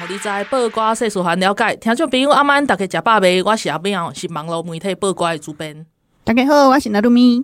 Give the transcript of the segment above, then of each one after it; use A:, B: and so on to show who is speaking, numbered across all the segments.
A: 互你知报瓜世事还了解，听众朋友阿曼大家食饱未？我是阿炳，是网络媒体报瓜的主编。
B: 大家好，我是纳鲁咪。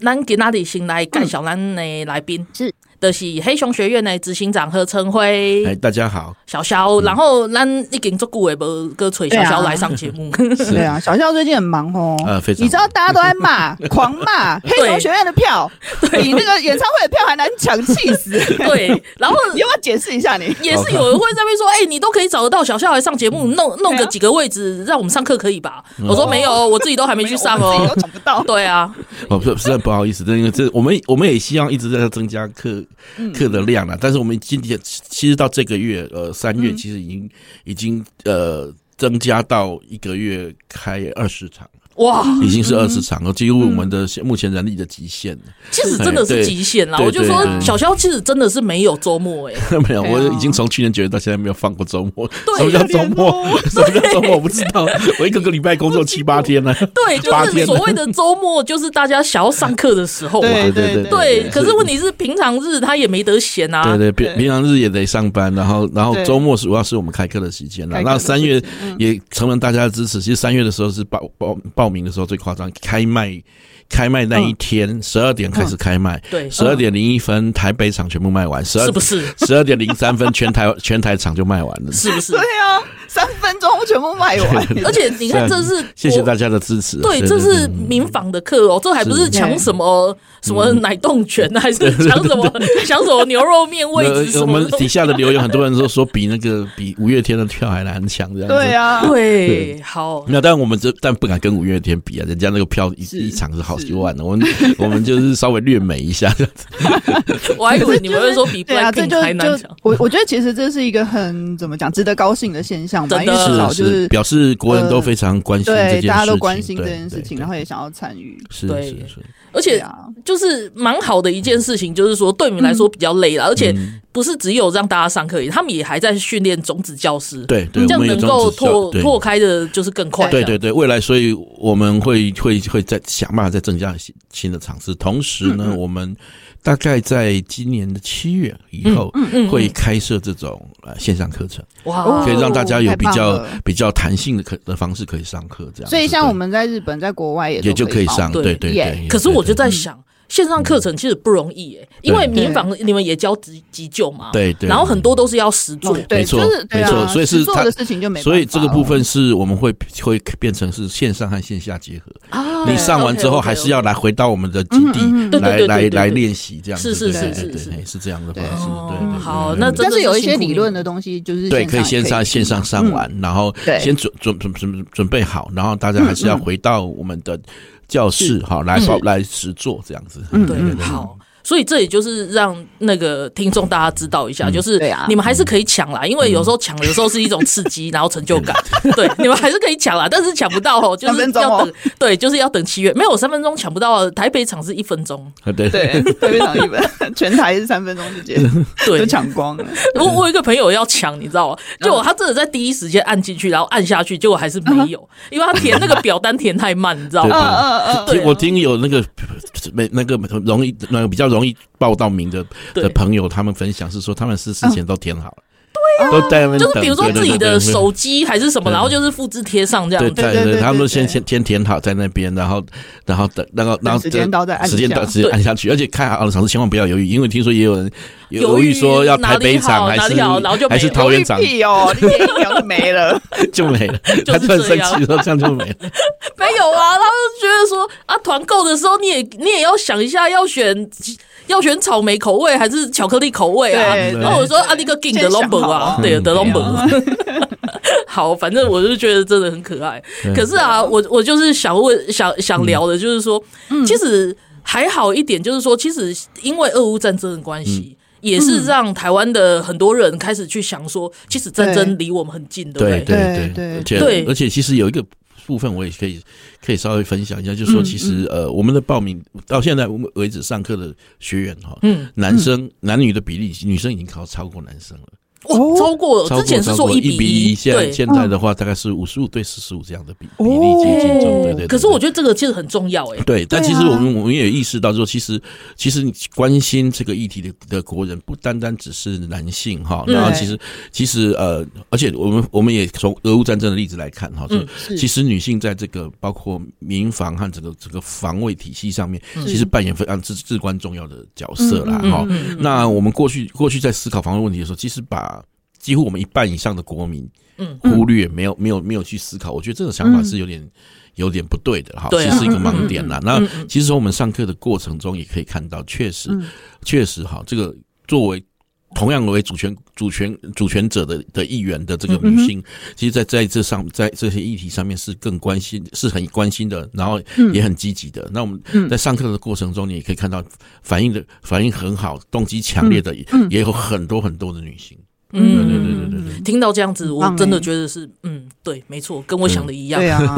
A: 咱今仔日先来介绍咱的来宾，
B: 是，
A: 就是黑熊学院的执行长何成辉、
C: 哎，大家好，
A: 小
B: 嗯
A: 肖。然后咱已经足久的无搁找小
B: 啊
A: 肖来上节目，
B: 对啊，小笑最近很忙哦，
C: 呃非常忙
B: 你知道大家都在骂，狂骂黑熊学院的票，比那个演唱会的票还难抢，气死！
A: 对，然后
B: 你要不要解释一下你？
A: 也是有人会在那边说，哎、你都可以找得到小夏来上节目，
B: 嗯
A: 弄弄个几个位置让我们上课可以吧？我说没有，我自己都还没去上
B: 我自己
A: 哦
B: 都。抢不到。
A: 对啊，
C: 哦，不是，实在不好意思，因为这我们我们也希望一直在增加课
A: 嗯
C: 课的量啦，但是我们今天其实到这个月，呃，三
A: 嗯
C: 月其实已经、已经呃增加到一个月开二十场，
A: 哇，
C: 已经是二
A: 嗯
C: 十场了，几乎我们的现目前人力的极限了。
A: 其实真的是极限啦。
C: 对
A: 我
C: 对
A: 就说
C: 对对
A: 小肖其实真的是没有周 末哎、
C: 没有，
B: 对啊
C: 我已经从去年九月到现在没有放过周末。
A: 对
C: 什么叫周末？什么叫周末？我不知道，我一个个礼拜工作七八天呢。
A: 对，
C: 八
A: 就是
C: 天
A: 所谓的周末，就是大家想要上课的时候嘛。啊
B: 对对
A: 对，
C: 对
A: 可是问题是平常日他也没得闲啊。
C: 对对，平平常日也得上班，然后然后
B: 对
C: 周末主要是我们开课的时间了。
B: 开课
C: 那
B: 的
C: 三
B: 时
C: 月
B: 间
A: 嗯
C: 也承蒙大家的支持，其实三月的时候是报报报名的时候最夸张，开卖开卖那一天十二点开始开卖，
A: 嗯对
C: 十二点零一分台北场全部卖完，十二
A: 是不是？
C: 十二点零三分全台 全台场就卖完了。
A: 是不是
B: 对？啊，三分钟全部卖完，
A: 而且你看，
C: 是
A: 这
C: 啊
A: 是
C: 谢谢
A: 国
C: 大家的支持。啊嗯
A: 对，这是民防的课哦，这还不是抢什么什么奶冻 卷，还是抢什么抢什么牛肉面位置
C: 呃
A: 什
C: 我
A: 么
C: 们
A: 的？
C: 底下的留言，很多人都说比那个比五月天的票还难抢，这样子。
B: 对啊，
A: 对，好，
C: 那但我们这但不敢跟五月天比啊，人家那个票一一场是好几万的，我们我们就是稍微略美一下这样子。
A: 我还以为你们会说比
B: 对啊，这
A: Blackpink
B: 就
A: 还难
B: 就
A: 抢。
B: 我我觉得其实这是一个很怎么讲，值得高兴的现象吧，因
A: 真的
B: 为至少就是呃
C: 表示国人都非常关心这件
B: 对
C: 事情，
B: 大家都关心这件事
C: 对对
B: 情，
C: 对
B: 然后也想要参与。
C: 是
A: 对
C: 是是，
A: 而
B: 对
A: 且
B: 啊，
A: 就是蛮好的一件事情，就是说对你们来说比较累了，
C: 嗯
A: 而且不是只有让大家上课而已，他们也还在训练种子教师，
C: 对对，
A: 这样
C: 我们有
A: 能
C: 这种
A: 够
C: 指标
A: 拓
C: 对
A: 拓开的就是更快。
C: 对对对，未来所以我们会会会再想办法再增加新新的场次，同时
B: 嗯
C: 呢，我们大概在今年的七月
B: 嗯
C: 以后会开设这种呃线上课程，
A: 哇
C: 可以让大家有比
B: 哦太
C: 较
B: 棒了
C: 比较弹性的可的方式可以上课这样子。
B: 所以像
C: 对
B: 我们在日本、在国外也
C: 也就可以
B: 报
C: 上，
A: 对
C: 对对
B: 耶
C: 对。
A: 可是我就
C: 对
A: 在想，线上课程其实不容易诶，因为
C: 对
A: 民防你们也教急急救嘛，
C: 对对
A: 然后很多都是要实做，
B: 对
C: 没错
B: 就是对啊
C: 没错所以是
B: 实做
C: 它
B: 的事情就没办法哦
C: 所以这个
B: 了
C: 部分是我们会会变成是线上和线下结合。
A: 啊
C: 你上完之后还是要来回到我们的基
B: 嗯嗯
C: 地
A: 嗯对对对
C: 来来
A: 对对
C: 来练习这样子。
A: 是是
C: 对
A: 是
C: 对对
A: 是
C: 对
A: 是
C: 是这样的方
B: 对
C: 式。对对对。
A: 哦好，
C: 对
A: 那真
B: 嗯但
A: 的
B: 是有一些
A: 辛苦
B: 理
A: 你
B: 论的东西，就是
C: 对，
B: 线
C: 可以
B: 上
C: 线
B: 也
C: 上线上上完，然后
B: 对
C: 先准准准准准备好，然后大家还是要回到我们的教室哈，来报来实做这样子。嗯
A: 对，好。所以这也就是让那个听众大家知道一
C: 嗯
A: 下，就是
B: 对啊
A: 你们还是可以抢啦，因为有时候抢，有时候是一种刺激，然后成就 感。对，你们还是可以抢啦，但是抢不到哦，就
B: 三
A: 是
B: 分钟
A: 要
B: 哦
A: 等，对，就是要等七月。没有三分钟抢不到，台北场是一分钟。
C: 对对
B: 对， 特别长一本，全台是三分钟之间，
A: 对
B: 都抢光 了。
C: 嗯
A: 我我有一个朋友要抢，你知道吗？就我他真的在第一时间按进去，然后按下去，结果还是没有，因为他填那个表单填太慢，你知道
C: 嗯对
A: 吗？
B: 嗯
A: 啊 呃
B: 嗯嗯，
C: 听我听有那个没那个容易那个比较容易报到名的
A: 对
C: 的朋友，他们分享是说他们是事前都填好了，对啊，都在那边
A: 就是
C: 等
A: 比如说
C: 对对
A: 自己
C: 对
A: 的
C: 对对
A: 手机还是什么，
C: 对
A: 然后就是复制贴上这样
C: 对
A: 子。
C: 对
B: 对对
C: 对，
B: 对
C: 他们都
B: 对
C: 先先先填好在那边，然后然后等然后然后
B: 时间到再按
C: 时间
B: 下
C: 到直接按下去，而且看好了场次千万不要犹豫，因为听说也有人犹
A: 犹豫
C: 豫说要
A: 哪里
C: 台北场
A: 好
C: 还
A: 哪
C: 是
A: 里好然后就
C: 还是
A: 没有
C: 桃园场
B: 有一屁哦，你填一秒就没 了。
C: 就没了，
A: 就
C: 他
A: 是
C: 突然
A: 这
C: 生
A: 样
C: 气说这样就没了，
A: 没有啊，他就觉得说啊，团购的时候你也你也要想一下，要选要选草莓口味还是巧克力口味啊？
B: 对
A: 然后我说啊，那个 King 的
B: 先想
A: number
B: 好
A: 啊
B: 啊，
A: 对
C: 嗯
A: 的
C: 对啊
A: number。好，反正我就觉得真的很可爱。可是啊，我我就是想问，想想聊的，就是说，其实。还好一点，就是说，其实因为俄乌战争的关
C: 嗯
A: 系。也是让台湾的很多人开始去想说，其实战争离我们很近，对不
C: 对
A: 对？
C: 对
B: 对
C: 而
B: 对
C: 且
A: 对
C: 而且其实有一个部分我也可以可以稍微分享一下，就是说
A: 嗯
C: 其实、呃我们的报名到现在为止上课的学员哈，
A: 嗯，
C: 男生、男女的比例，女生已经超超过男生了，
A: 哇，超过
C: 超
A: 哦之
C: 过
A: 前是
C: 超
A: 说
C: 过
A: 一
C: 比
A: 一，
C: 现在
A: 对，嗯
C: 现在的话大概是五十五对四十五这样的比比
B: 哦
C: 例接近中，对对对。
A: 可是我觉
C: 觉
A: 得这个其实很重要，哎，
C: 对，但
B: 对
C: 其
B: 啊
C: 实我们、我们也意识到说，其实其实你关心这个议题的的国人不单单只是男性哈，
A: 嗯
C: 然后其实其实呃，而且我们我们也从俄乌战争的例子来看哈，
A: 嗯
C: 是其实女性在这个包括民防和整个整个防卫体系上面，其实扮演非常至至关重要的角色啦哈。那我们过去过去在思考防卫问题的时候，其实把几乎我们一半以上的国民
A: 嗯
C: 忽略，没有没有没有去思考，我觉得这种想法是有点。有点不对的哈，
A: 对啊
C: 其实是一个盲点啦。
A: 嗯
C: 那其实从我们上课的过程中也可以看到，确实，
A: 嗯
C: 确实哈，这个作为同样为主权主权主权者的的一员的这个女
A: 嗯
C: 性，其实在在这上在这些议题上面是更关心，是很关心的，然后
A: 嗯
C: 也很积极的。那我们在上课的过程中，你也可以看到反应的反应很好，动机强烈的，
A: 嗯
C: 也有很多很多的女性。对对对对对对。
A: 听到这样子，我
B: 棒欸
A: 真的觉得是，嗯，对，没错，跟我想的一样
B: 对。啊，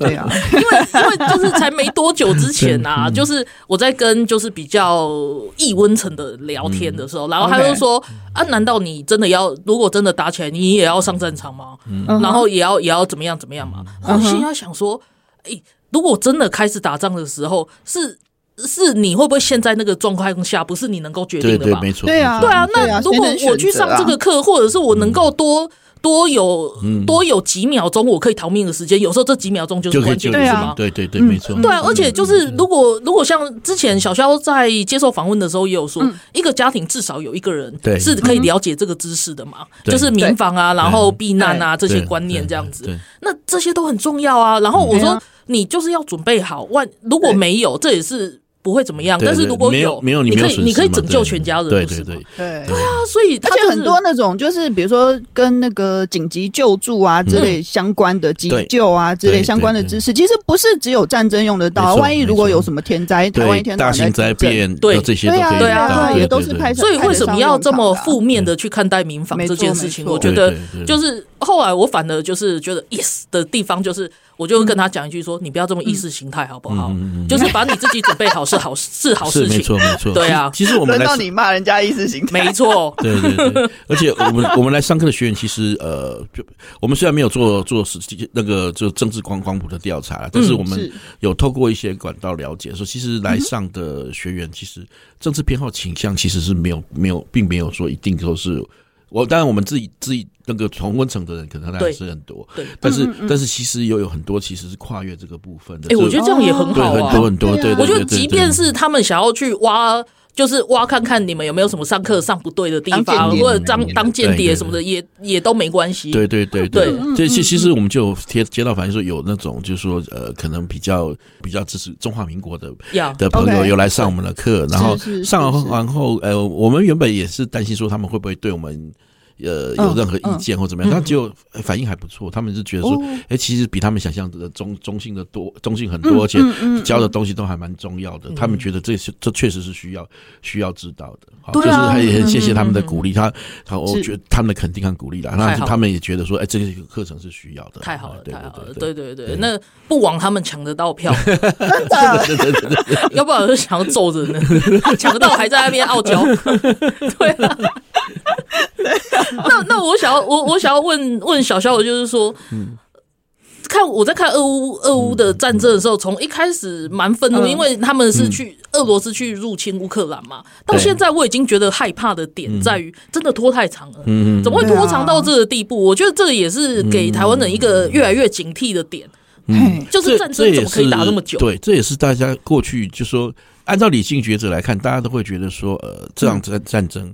B: 对啊，
A: 因为就是才没多久之前 啊，就是我在跟就是比较易温层的聊天的时候，然后他就说啊，难道你真的要如果真的打起来，你也要上战场吗？
C: 嗯
A: 然后也要也要怎么样怎么样嘛？我心里要想说，诶、如果真的开始打仗的时候，是是你会不会现在那个状况下，不是你能够决定
C: 对
A: 的
C: 对
A: 吧，？
C: 没错，
B: 对啊
C: 没错
A: 对啊，
B: 对
A: 那
B: 啊
A: 如果
B: 谁能选择啊
A: 我去上这个课，或者是我能够多
C: 嗯
A: 多有多有几秒钟我可以逃命的时间，有时候这几秒钟就是
C: 就嗯可以
A: 关键
C: 救
A: 的
C: 人
B: 对
A: 是
B: 啊
A: 吗？
C: 对对对，没错，
A: 对啊，而且就是如果如果像之前小肖在接受访问的时候也有说，一个家庭至少有一个人
C: 嗯对
A: 是可以了解这个知识的嘛，
C: 对
A: 就是民防啊，然后避难啊这
C: 对
A: 些
C: 对
A: 观念
C: 对
A: 这样子哦
C: 对，嗯
A: 那这些都很重要啊。然后我
B: 对
A: 说
B: 啊
A: 你就是要准备好，万如果
B: 对
A: 没有，这也是不会怎么样。
C: 对
A: 但是
C: 对
A: 如果
C: 没有没有
A: 你
C: 你没
A: 可
C: 有
A: 以
C: 损
A: 你可以
C: 失嘛
A: 拯救
C: 对
A: 全家人，
C: 对
A: 不是
C: 对
A: 吗
C: 对，
B: 对。
A: 啊，所以
B: 而
A: 他
B: 且
A: 就是
B: 很多那种就是比如说跟那个紧急救助啊之类相关的急
C: 对
B: 救啊之类
C: 嗯对
B: 相关的
C: 对对
B: 知识，其实不是只有战争用得
C: 没
B: 到。
C: 错
B: 万一如果
C: 没错
B: 有什么天灾，台湾一
C: 对
B: 天到
C: 大
B: 晚在
C: 型灾
B: 地震，
C: 变，
A: 对
C: 这些都
B: 对
C: 可
B: 啊
C: 以
B: 对
C: 遇到
B: 啊，
A: 对
B: 也
C: 对
B: 都
C: 对
B: 是
C: 对
B: 派上
A: 所以为什么要这么负面的去看待民防
B: 啊没
A: 这
B: 错
A: 件事情？
B: 没错
A: 我觉得
C: 嗯对对对
A: 就是后来我反而就是觉得 yes 的地方，就是我就会跟他讲一句说：“你不要这么意识形态，好不
C: 嗯
A: 好？就是把你自己准备好是 好是好
C: 是
A: 事
C: 没
A: 情。
C: 错没错，
A: 对啊
C: 其实其实我们
B: 轮
C: 来，
B: 到你骂人家意识形”态，
A: 没错
C: 对对对，而且我们我们来上课的学员，其实呃，就我们虽然没有做做实际那个就政治光光谱的调查，但
A: 嗯
C: 是我们
B: 是
C: 有透过一些管道了解，说其实来上的学员，其实政治偏好倾向其实是没有没有，并没有说一定都是。我当然，我们自己自己那个同温层的人，可能还
A: 对
C: 是很多
A: 对，嗯
C: 但是但是其实也有很多其实是跨越这个部分的。
A: 哎，我觉得这样也很
C: 对
A: 好
C: 很多
A: 啊。
C: 很多，对，对
A: 我觉得
C: 对对
A: 即
C: 对
A: 便是他们想要去挖。就是挖看看你们有没有什么上课上不对的地方
B: 当，间谍
A: 或者当当间谍
C: 对对
A: 什么的，也也都没关系。
C: 对对对
A: 对
C: 这
B: 嗯
C: 其其实我们就有贴接到反映说有那种就是说呃，可能比较比较支持中华民国的
A: 呀
C: 的朋友
B: OK
C: 有来上我们的课，然后
B: 是是
C: 上完
B: 是
C: 后
B: 是
C: 完后呃，我们原本也是担心说他们会不会对我们。呃，有
B: 嗯
C: 任何意
B: 嗯
C: 见或怎么样，但结果呃反应还不错。他们是觉得说，
A: 哦
C: 哎，其实比他们想象的中中性的多，中性很
A: 嗯
C: 多，而且教的东西都还蛮重要的。他们觉得这是这确实是需要需要知道的。好，就
A: 对
C: 是
A: 啊
C: 还也很谢谢他们
A: 嗯
C: 的
A: 嗯嗯
C: 鼓励，他他我
B: 是
C: 觉得他们的肯定和鼓励啦。
A: 太
C: 那
A: 好了
C: 他们也觉得说，哎，这个课程是需要的。哦
A: 太好了，
C: 啊对
A: 太好了，
C: 对
A: 对对对，
C: 对
A: 那不枉他们抢得到 票，
C: 对对对对对
A: 要不然我就想要揍人呢， 抢到还在那边傲 娇。对啊，那那我想要我我想要问问小肖，我就是说，看我在看俄乌俄乌的战争的时候，从一开始蛮愤
C: 嗯
A: 怒，因为他们是去俄罗斯去入侵乌克兰嘛，到
C: 对
A: 现在我已经觉得害怕的点在于，真的拖太长了，
C: 嗯
A: 怎么会拖长到这个地步？我觉得这也是给台湾人一个越来越警惕的点。
C: 嗯
B: 嘿
A: 就是战
C: 这
A: 争怎
C: 也
A: 么可以
C: 是
A: 打那么久？
C: 对，这也是大家过去就说，按照理性学者来看，大家都会觉得说，呃，这
A: 嗯
C: 样战战争，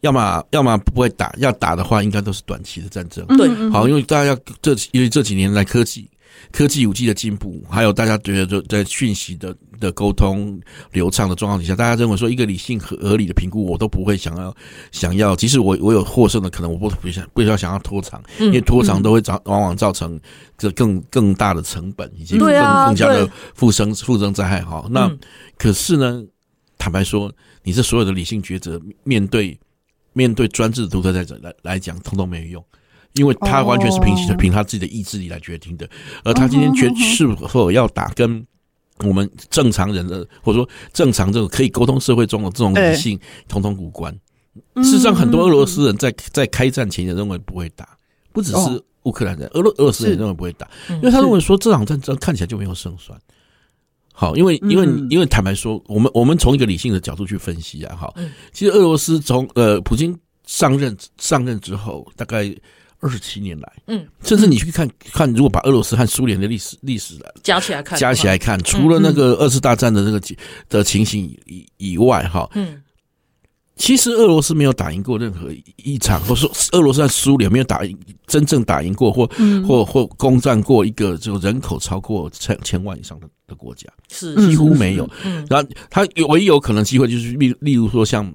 C: 要么要么不会打，要打的话，应该都是短期的战争。
A: 嗯对
C: 好，因为大家这因为这几年来科技。科技武器的进步，还有大家觉得就在讯息的的沟通流畅的状况底下，大家认为说一个理性合合理的评估，我都不会想要想要，即使我我有获胜的可能，我不不想不需要想要拖长，
A: 嗯
C: 因为拖长都会造往往造成这更更大的成本以及更
A: 对啊
C: 更加的
A: 对
C: 附生附生灾害哈。那
A: 嗯
C: 可是呢，坦白说，你这所有的理性抉择，面对面对专制的独裁者来来讲，通通没有用，因为他完全是凭
B: 哦
C: 凭他自己的意志力来决定的，而他今天
A: 嗯
C: 决是否要打跟。我们正常人的，或者说正常这种可以沟通社会中的这种理性，
B: 哎
C: 通通无关。
B: 嗯
C: 事实上，很多俄罗斯人在在开战前也认为不会打，不只是
B: 哦嗯
C: 乌克兰人，俄罗俄罗斯人也认为不会打，因为他认为说这场战争看起来就没有胜算。好，因为因为
B: 嗯
C: 因为坦白说，我们我们从一个理性的角度去分析啊，哈，
B: 嗯
C: 其实俄罗斯从呃普京上任上任之后，大概二十七年来，
A: 嗯，
C: 甚至你去看看，如果把俄罗斯和苏联的历史历史来
A: 加起来看，嗯
C: 加起来，看，除了那个二次大战的那个情的情形以以外，哈，
A: 嗯，
C: 其实俄罗斯没有打赢过任何一场，或是俄罗斯和苏联没有打赢真正打赢过或、
A: 嗯
C: 或或攻占过一个就人口超过千千万以上的的国家，
A: 是
C: 几乎没有。
A: 嗯
C: 然后他有唯一有可能机会就是例例如说像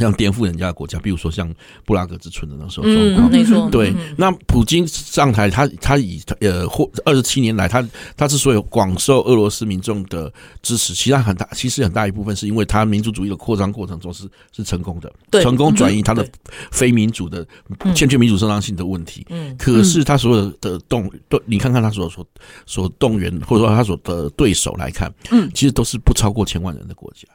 C: 像颠覆人家的国家，比如说像布拉格之春的那时候状况
A: 嗯，，没错，
C: 对
A: 嗯，
C: 那普京上台，他他以呃获二十七年来，他他之所以广受俄罗斯民众的支持，其实很大，其实很大一部分是因为他民族主义的扩张过程中是是成功的，
A: 对
C: 成功转移他的
A: 嗯
C: 非民主的
A: 嗯
C: 欠缺民主正当性的问题。
A: 嗯
C: 可是他所有的动动，你看看他所所所动员，或者说他所的对手来看，嗯，其实都是不超过千万人的国家，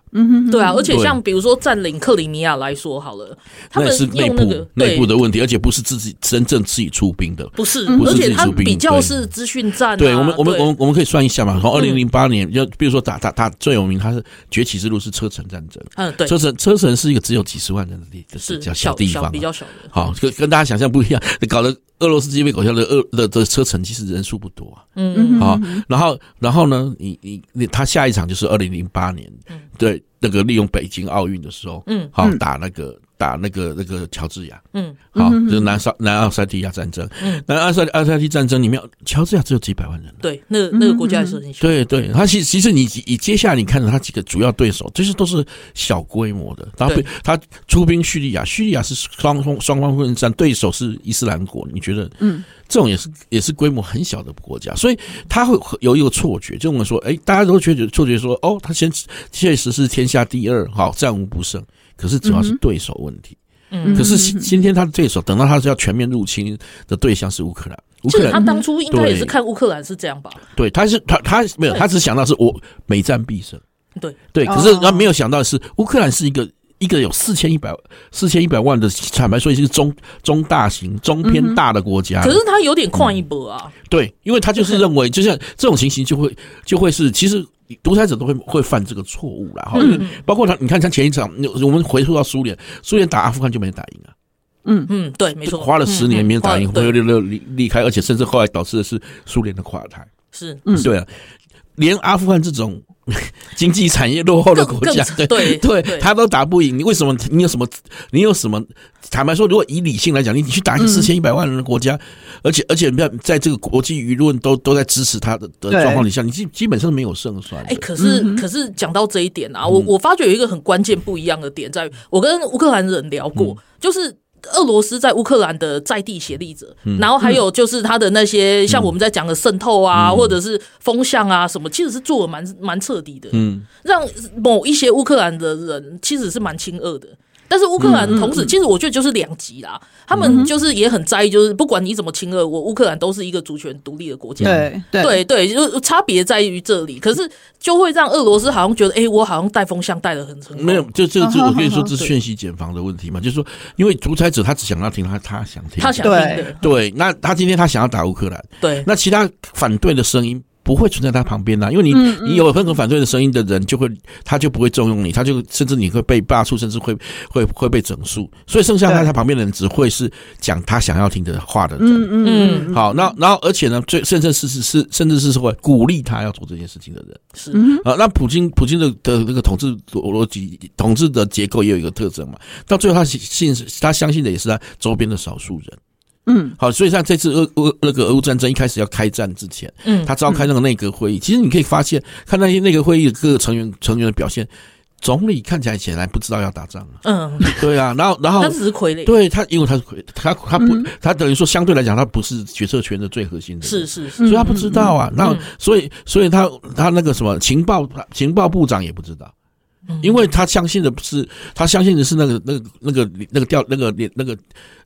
A: 对啊，而且
C: 对
A: 像比如说占领克里米亚来说好了，他
C: 那
A: 们
C: 也是内
A: 用
C: 部
A: 那个
C: 内部
A: 对
C: 的问题，而且不是自己真正自己出兵的，
A: 不是，
C: 不是
A: 而且
C: 自己
A: 他
C: 出兵
A: 比较
C: 对
A: 是资讯战啊，
C: 对我们，我们，我
A: 对
C: 们我们可以算一下嘛。从二
A: 嗯
C: 零零八年，就比如说打打打最有名，它是崛起之路是车臣战争。
A: 嗯，对，
C: 车臣车臣是一个只有几十万人的地的
A: 是
C: 叫
A: 小
C: 地方
A: 小
C: 啊
A: 比。较小的，
C: 好，跟跟大家想象不一样，搞得俄罗斯鸡飞狗跳的俄的的车臣其实人数不多啊。
A: 嗯，
C: 好，然后然后呢，你你你，他下一场就是二零零八年，对那个利用北京奥运的时候，
A: 嗯
C: 好打那个打那个那个乔治亚，
A: 嗯，
C: 好，就是南沙南奥塞梯亚战争，
A: 嗯，
C: 南奥塞奥塞梯战争里面，乔治亚只有几百万人。啊
A: 对，那
C: 嗯
A: 个那个国家也是很小，
C: 对对，他其其实你以接下来你看到他几个主要对手，这些都是小规模的。他
A: 对
C: 被他出兵叙利亚，叙利亚是双方双方混战，对手是伊斯兰国。你觉得，嗯，这种也是也是规模很小的国家，所以他会有一个错觉，就我们说，哎，大家都觉得错觉说，哦，他先确实是天下第二，好战无不胜。可是主要是对手问题。
A: 嗯
C: 可是今今天他的对手，等到他是要全面入侵的对象是乌克兰，乌
A: 这
C: 克
A: 个
C: 兰
A: 他当初应该也是
C: 对
A: 看乌克兰是这样吧？
C: 对，他是他他没有，
A: 对
C: 他只想到是我每战必胜。
A: 对
C: 对，
B: 哦
C: 可是他没有想到的是乌克兰是一个一个有四千一百四千一百万的，坦白说是一个中中大型、中偏大的国家。
A: 嗯可是他有点跨
C: 嗯
A: 一波啊，
C: 对，因为他就是认为，就像这种情形就会就会是，其实独裁者都会会犯这个错误啦。
A: 嗯
C: 哈、包括他，你看像前一场，我们回溯到苏联，苏联打阿富汗就没打赢啊。
A: 嗯，对，没错，
C: 花了十年没有打赢，
A: 嗯对
C: 灰溜溜离离开，而且甚至后来导致的是苏联的垮台。
A: 是
C: 嗯，对啊，连阿富汗这种 经济产业落后的
A: 更
C: 国家，
A: 更
C: 对
A: 对对
C: 他都打不赢，你为什么？你有什么？你有什么？坦白说，如果以理性来讲，你你去打一四千一百万人的
A: 嗯
C: 国家，而且而且在在这个国际舆论都都在支持他的的
B: 对
C: 状况底下，你基基本上没有胜算的。
A: 哎、可是、可是讲到这一点啊，我我发觉有一个很关键不一样的点在于，我跟乌克兰人聊过，就是。俄罗斯在乌克兰的在地协力者，然后还有就是他的那些、像我们在讲的渗透啊，或者是风向啊什么，其实是做的蛮蛮彻底的，
C: 嗯，
A: 让某一些乌克兰的人其实是蛮亲俄的。但是乌克兰同时，其实我觉得就是两极啦，他们就是也很在意，就是不管你怎么亲俄，我乌克兰都是一个主权独立的国家，
B: 对对
A: 对对，就是差别在于这里。可是就会让俄罗斯好像觉得，哎、我好像带风向带的很成功。
C: 没有，，就这个，就我跟你说，
B: 对
C: 这是讯息茧房的问题嘛，就是说，因为独裁者他只想要听他他想听的，
A: 他想听的，
C: 对，那他今天他想要打乌克兰，
A: 对
C: 那其他反对的声音不会存在他旁边啦、啊因为你、
A: 嗯
C: 你有任何反对的声音的人，就会他就不会重用你，他就甚至你会被罢黜，甚至会会会被整肃。所以剩下他
B: 对
C: 他旁边的人只会是讲他想要听的话的人。
A: 嗯，
C: 好，那然后而且呢，最甚至是是是，甚至是会鼓励他要做这件事情的人。
A: 是，
C: 啊，那普京普京的的那个统治逻辑、统治的结构也有一个特征嘛，到最后他信信他相信的也是他周边的少数人。
B: 嗯，
C: 好，所以像这次俄俄那个俄乌战争一开始要开战之前，
A: 嗯
C: 他召开那个内阁会议，其实你可以发现，看那些内阁会议的各个成员成员的表现，总理看起来显然不知道要打仗 啊，
A: 嗯，
C: 对啊，然后然后
A: 他只是傀儡，
C: 对他，因为他是傀他他不他等于说相对来讲，他不是决策权的最核心的人，
A: 嗯是是是，
C: 所以他不知道啊。那、
A: 嗯
C: 所以所以他他那个什么情报情报部长也不知道，
A: 嗯
C: 因为他相信的不是他相信的是那个那个那个那个调那个那个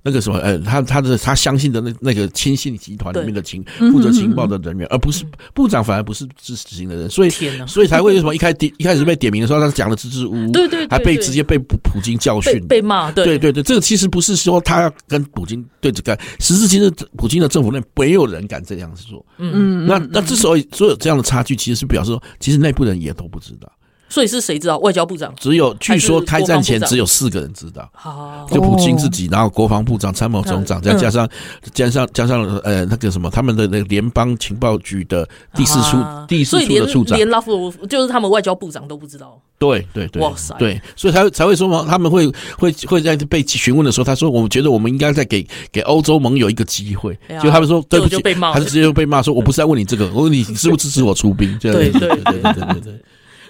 C: 那个什么呃，他他的他相信的那那个亲信集团里面的情
A: 嗯
C: 负责情报的人员，而不是部长，反而不是执行的人，所以。
A: 天哪，
C: 所以才会为什么一开一开始被点名的时候，他讲的支支吾吾，
A: 对对对
C: 还被
A: 对
C: 直接被普普京教
A: 被
C: 训，
A: 被骂，对
C: 对对对，这个其实不是说他要跟普京对着干，实质其实普京的政府内没有人敢这样子做。
A: 嗯，
C: 那那之所以所有这样的差距，其实是表示说，其实内部人也都不知道，
A: 所以是谁知道？外交部长，
C: 只有
A: 还
C: 据
A: 是
C: 说
A: 国
C: 开
A: 防
C: 战
A: 部
C: 前
A: 长
C: 只有四个人知道。
A: 好，嗯
C: 就普京自己，然后国防部长、参谋总长，再加上加上加上呃那个什么，他们的那个联邦情报局的第四处
A: 啊
C: 第四
A: 所以
C: 处的
A: 连
C: 处长，
A: 连拉夫罗夫就是他们外交部长都不知道，
C: 对对对，
A: 哇塞
C: 对，所以才才会说嘛，他们会会会在被询问的时候，他说，我们觉得我们应该再给给欧洲盟友一个机会
A: 哎，呀
C: 就他们说对不
A: 结
C: 起，
A: 果就被骂了
C: 他就直接就被骂说，我不是在问你这个，我问你支不支持我出兵，这样
A: 对
C: 对
A: 对
C: 对对对对。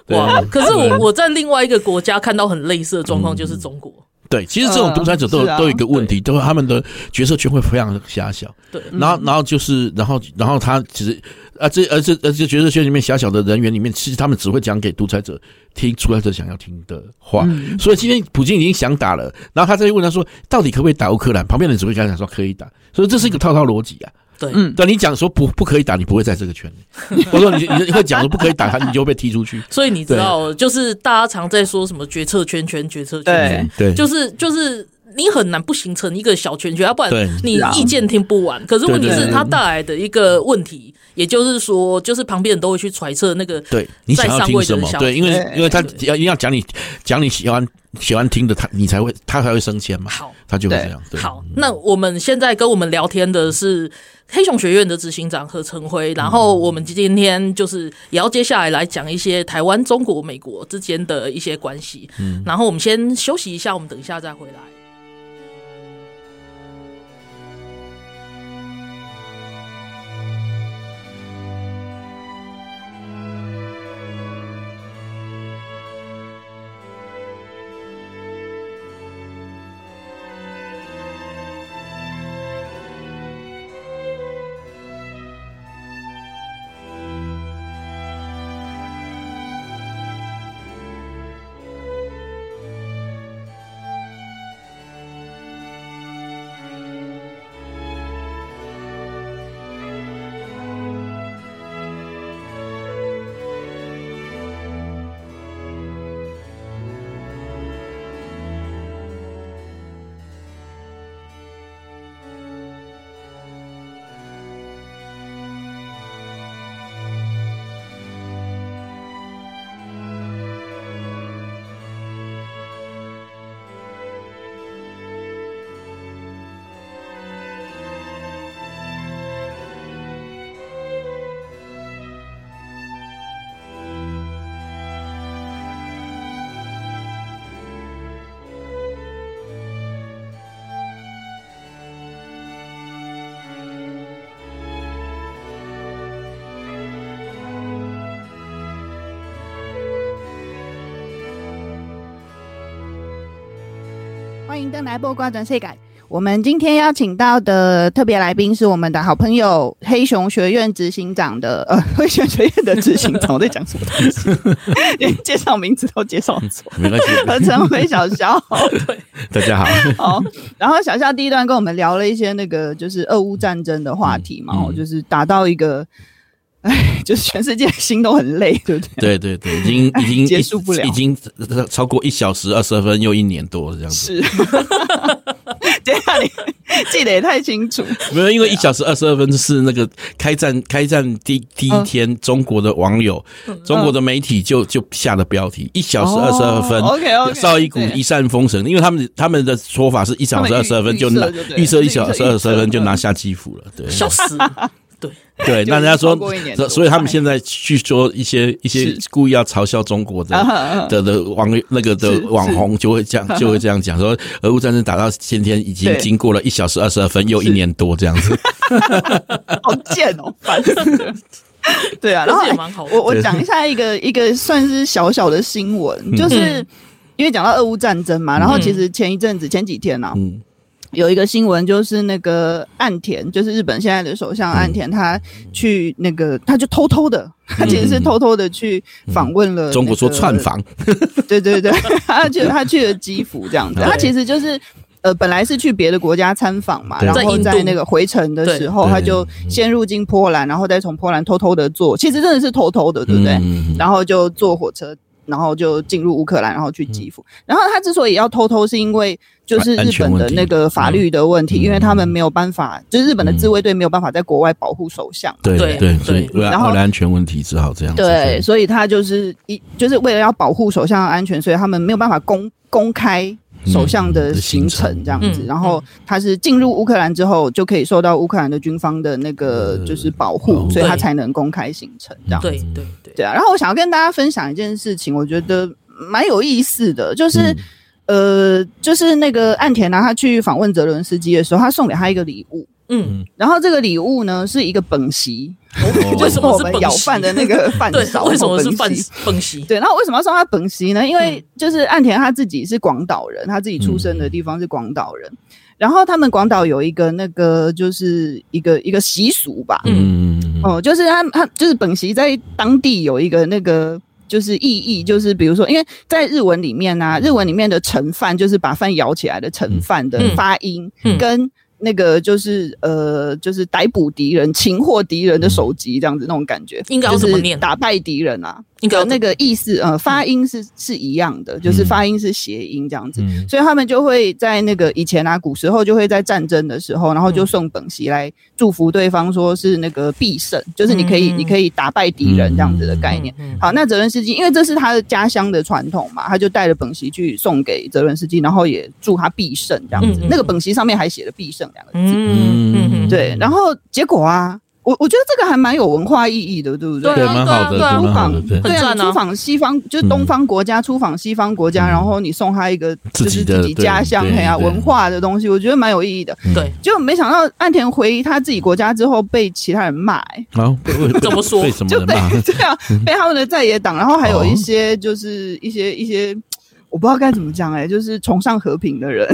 C: 对嗯
A: 哇！可是我我在另外一个国家看到很类似的状况，就是中国，
C: 对，其实这种独裁者都有、
B: 呃是啊
C: 都有一个问题，都他们的角色圈会非常的狭小。
A: 对
C: 然
B: 嗯
C: 后然后就是然后然后他其实啊这而这而这角色圈里面狭小的人员里面，其实他们只会讲给独裁者听，独裁者想要听的话。
B: 嗯
C: 所以今天普京已经想打了，然后他再去问他说，到底可不可以打乌克兰？旁边的人只会跟他讲说可以打，所以这是一个套套逻辑啊。
A: 对，
B: 嗯
C: 但你讲说不不可以打，你不会在这个圈里。我说你你你会讲说不可以打，他你就会被踢出去。
A: 所以你知道，就是大家常在说什么决策圈圈、决策圈圈，
C: 对
A: 就是就是你很难不形成一个小圈圈，要不
C: 对
A: 然你意见听不完。可是问题
C: 对
A: 是，
C: 对
A: 它带来的一个问题，也就是说，就是旁边人都会去揣测那个
C: 对你想
A: 在
C: 要
A: 上
C: 听
A: 位的
C: 什
A: 人
C: 么？
A: 想
C: 对，因为
B: 对
C: 因为他
A: 对
C: 要要讲你讲你喜欢喜欢听的，他你才会他才会升迁嘛，
A: 好。
C: 他就会
B: 对
C: 这样。对
A: 好，那我们现在跟我们聊天的是黑熊学院的执行长何成辉，然后我们今天就是也要接下来来讲一些台湾、中国、美国之间的一些关系。嗯，然后我们先休息一下，我们等一下再回来。
B: 欢迎登来播瓜转世改。我们今天邀请到的特别来宾是我们的好朋友黑熊学院执行长的 呃，黑熊学院的执行长，我在讲什么东 西？连介绍名字都介绍错。
C: 没关系，
B: 何成辉小肖，
C: 大家好。
B: 好，然后小夏第一段跟我们聊了一些那个就是俄乌战争的话题嘛，
C: 嗯嗯
B: 哦就是打到一个，哎，就是全世界心都很累，对不对？
C: 对对对，已经已经
B: 结束不了
C: 已经超过一小时二十二分又一年多这样
B: 是，
C: 子。
B: 这下你记得也太清楚，
C: 没有，因为一小时二十二分是那个开战开战第第一天，中国的网友、
B: 嗯
C: 中国的媒体就就下的标题，一小时二十
B: 哦
C: 二分。
B: OK，OK，
C: 绍伊古
B: 对
C: 一扇封神，因为他们他们的说法是一小时二十二分就拿
B: 他们预
C: 预
B: 预测就
C: 测
B: 对
C: 一小时二十二分就
B: 预测
C: 拿下基辅了，对，
A: 笑死！对，
C: 对，
B: 就
C: 那人家
B: 已经
C: 说
B: 超过一年，
C: 所
B: 多
C: 所以他们现在去说一些一些
B: 是
C: 故意要嘲笑中国的
B: 啊哈啊哈
C: 的的网那个的
B: 是
C: 网红就会 这样就会这样讲说，俄乌战争打到今天已经
B: 对
C: 经过了一小时二十二分又一年多这样子，
B: 好贱 哦，烦死了。对啊，然后
A: 这也蛮好的
B: 我我
C: 对嗯
B: 讲一下一个一个算是小小的新闻，就是因为讲到俄乌战争嘛，然后其实前一阵子前几天呢、啊，
C: 嗯
B: 有一个新闻，就是那个岸田，就是日本现在的首相岸
C: 嗯
B: 田，他去那个，他就偷偷的，他其实是偷偷的去访问了、
C: 嗯中国说串，房，
B: 对对对， 他去他去了基辅这样子，
C: 对
B: 他其实就是。呃，本来是去别的国家参访嘛，
C: 对
B: 然后
A: 在印
B: 在
A: 度
B: 那个回程的时候，
C: 对
B: 他就先入境波兰，然后再从波兰偷偷的坐，其实真的是偷偷的，对不对？
C: 嗯
B: 然后就坐火车，然后就进入乌克兰，然后去基辅。然后他之所以要偷偷，是因为就是
C: 嗯安
B: 日
C: 全
B: 本
C: 问
B: 的
C: 题
B: 那个法律的问题，
C: 嗯
B: 因为他们没有办法，就是日本的自卫队没有办法在国外保护首相。
C: 对
A: 对对
C: 对，所以为
B: 然
C: 了
B: 后
C: 为了安全问题只好这样子，
B: 对，所以他就是一就是为了要保护首相的安全，所以他们没有办法公公开首相
A: 嗯
B: 的行程这样子。
A: 嗯嗯
B: 然后他是进入乌克兰之后，就可以受到乌克兰的军方的那个就是保护，
C: 嗯
B: 所以他
A: 对
B: 才能公开行程这样。
A: 呃对对对，
B: 对啊，然后我想要跟大家分享一件事情，我觉得蛮有意思的，
A: 嗯
B: 就是、呃，就是那个岸田呢、他去访问泽伦斯基的时候，他送给他一个礼物，
A: 嗯，
B: 然后这个礼物呢是一个本席，
C: 哦
B: 就
A: 为
B: 是
A: 什
B: 我
A: 么是
B: 们
A: 本
B: 舀
A: 席
B: 饭的那个饭
A: 对，
B: 勺，
A: 为 什么是
B: 本
A: 本
B: 席？
A: 本席？
B: 对，那为什么要送他本席呢？因
A: 嗯
B: 为就是岸田他自己是广岛人，他自己出生的地方是广岛人，然后他们广岛有一个那个就是一个一个习俗吧，
C: 嗯嗯
B: 哦，就是他他就是本席在当地有一个那个就是意义，就是比如说，因为在日文里面呢、啊日文里面的盛饭就是把饭舀起来的盛饭的
A: 嗯
B: 发音、
A: 嗯
B: 跟。那个就是呃，就是逮捕敌人、擒获敌人的首级这样子那种感觉，
A: 嗯应该要怎么
B: 就是
A: 念
B: 打败敌人啊，
A: 应该要
B: 有
A: 怎么
B: 那个意思，
A: 嗯
B: 呃，发音是是一样的，就是发音是谐音这样子，
C: 嗯
B: 所以他们就会在那个以前啊，古时候就会在战争的时候，然后就送本席来祝福对方，说是那个必胜，就是你可以、
A: 嗯
B: 你可以打败敌人这样子的概念。
A: 嗯嗯嗯
B: 好，那泽伦斯基因为这是他的家乡的传统嘛，他就带着本席去送给泽伦斯基，然后也祝他必胜这样子。
A: 嗯嗯
B: 那个本席上面还写了“必胜”两个字。
A: 嗯嗯嗯，
B: 对，然后结果啊，我我觉得这个还蛮有文化意义的，对不对？
A: 对
C: 对，
A: 啊
C: 蛮好的，
A: 对啊
C: 对蛮好的，
A: 对
C: 对嗯
A: 啊。很
B: 对啊，
A: 赞
B: 你出访西方就是东方国家，出访西方国家，然后你送他一个
C: 自
B: 就
C: 己
B: 是
C: 的
B: 自己家乡
C: 对
B: 嘿啊
C: 对
B: 文化的东西，我觉得蛮有意义的。
A: 对，
B: 结果没想到岸田回他自己国家之后被其他人骂、欸，
C: 好，为
A: 怎么说
C: 为什么
B: 就
C: 人
B: 被
C: 骂
B: 对啊，
C: 嗯
B: 被他们的在野党，然后还有一些
C: 哦
B: 就是一些一些。我不知道该怎么讲哎、欸就是崇尚和平的人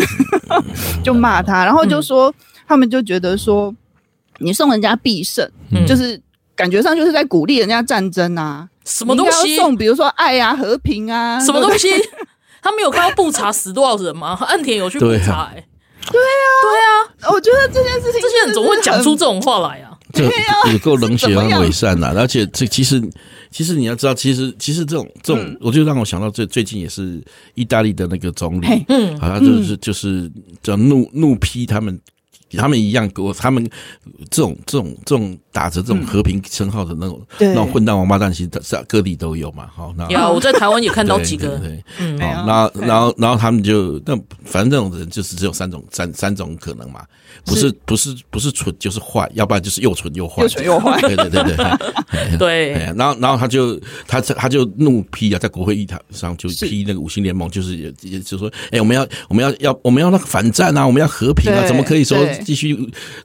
C: 嗯
B: 就骂他，然后就说、他们就觉得说你送人家必胜，
A: 嗯
B: 就是感觉上就是在鼓励人家战争啊，
A: 什么东
B: 你应
A: 西
B: 该要？送，比如说爱啊、和平啊，
A: 什么
B: 对不
A: 东
B: 对？
A: 西？他没有看到布查死多少人吗？岸田有去布
C: 对啊
A: 查，哎，
B: 哦我觉得这件事情，
A: 这些人怎么会讲出这种话来啊？
C: 这也够冷
B: 是
C: 血
B: 怎
C: 和
B: 么样
C: 伪善了、而且这其实，其实你要知道，其实其实这种这种，
B: 嗯
C: 我就让我想到最最近也是意大利的那个总理
B: 嘿，
A: 嗯
C: 好像就是、就是叫怒怒批他们。他们一样，给我他们这种这种这种打着这种和平称号的那种、
B: 嗯对
C: 那种混蛋王八蛋，其实在各地都有嘛。好，那
A: 有啊，我在台湾也看到
C: 对
A: 几个
C: 对，对
A: 嗯
C: 好，然后然后然后他们就那反正这种人就是只有三种三三种可能嘛，不是不是不是蠢就是坏，要不然就是又蠢又坏，
B: 又蠢又坏
C: 对对对对。嘿
A: 对
C: 嘿哎然后然后他就他他就怒批啊，在国会议场上就批那个五星联盟，就是也也就说，哎，我们要我们要要我们要那个反战啊，我们要和平啊，
B: 对
C: 怎么可以说
B: 对
C: 继续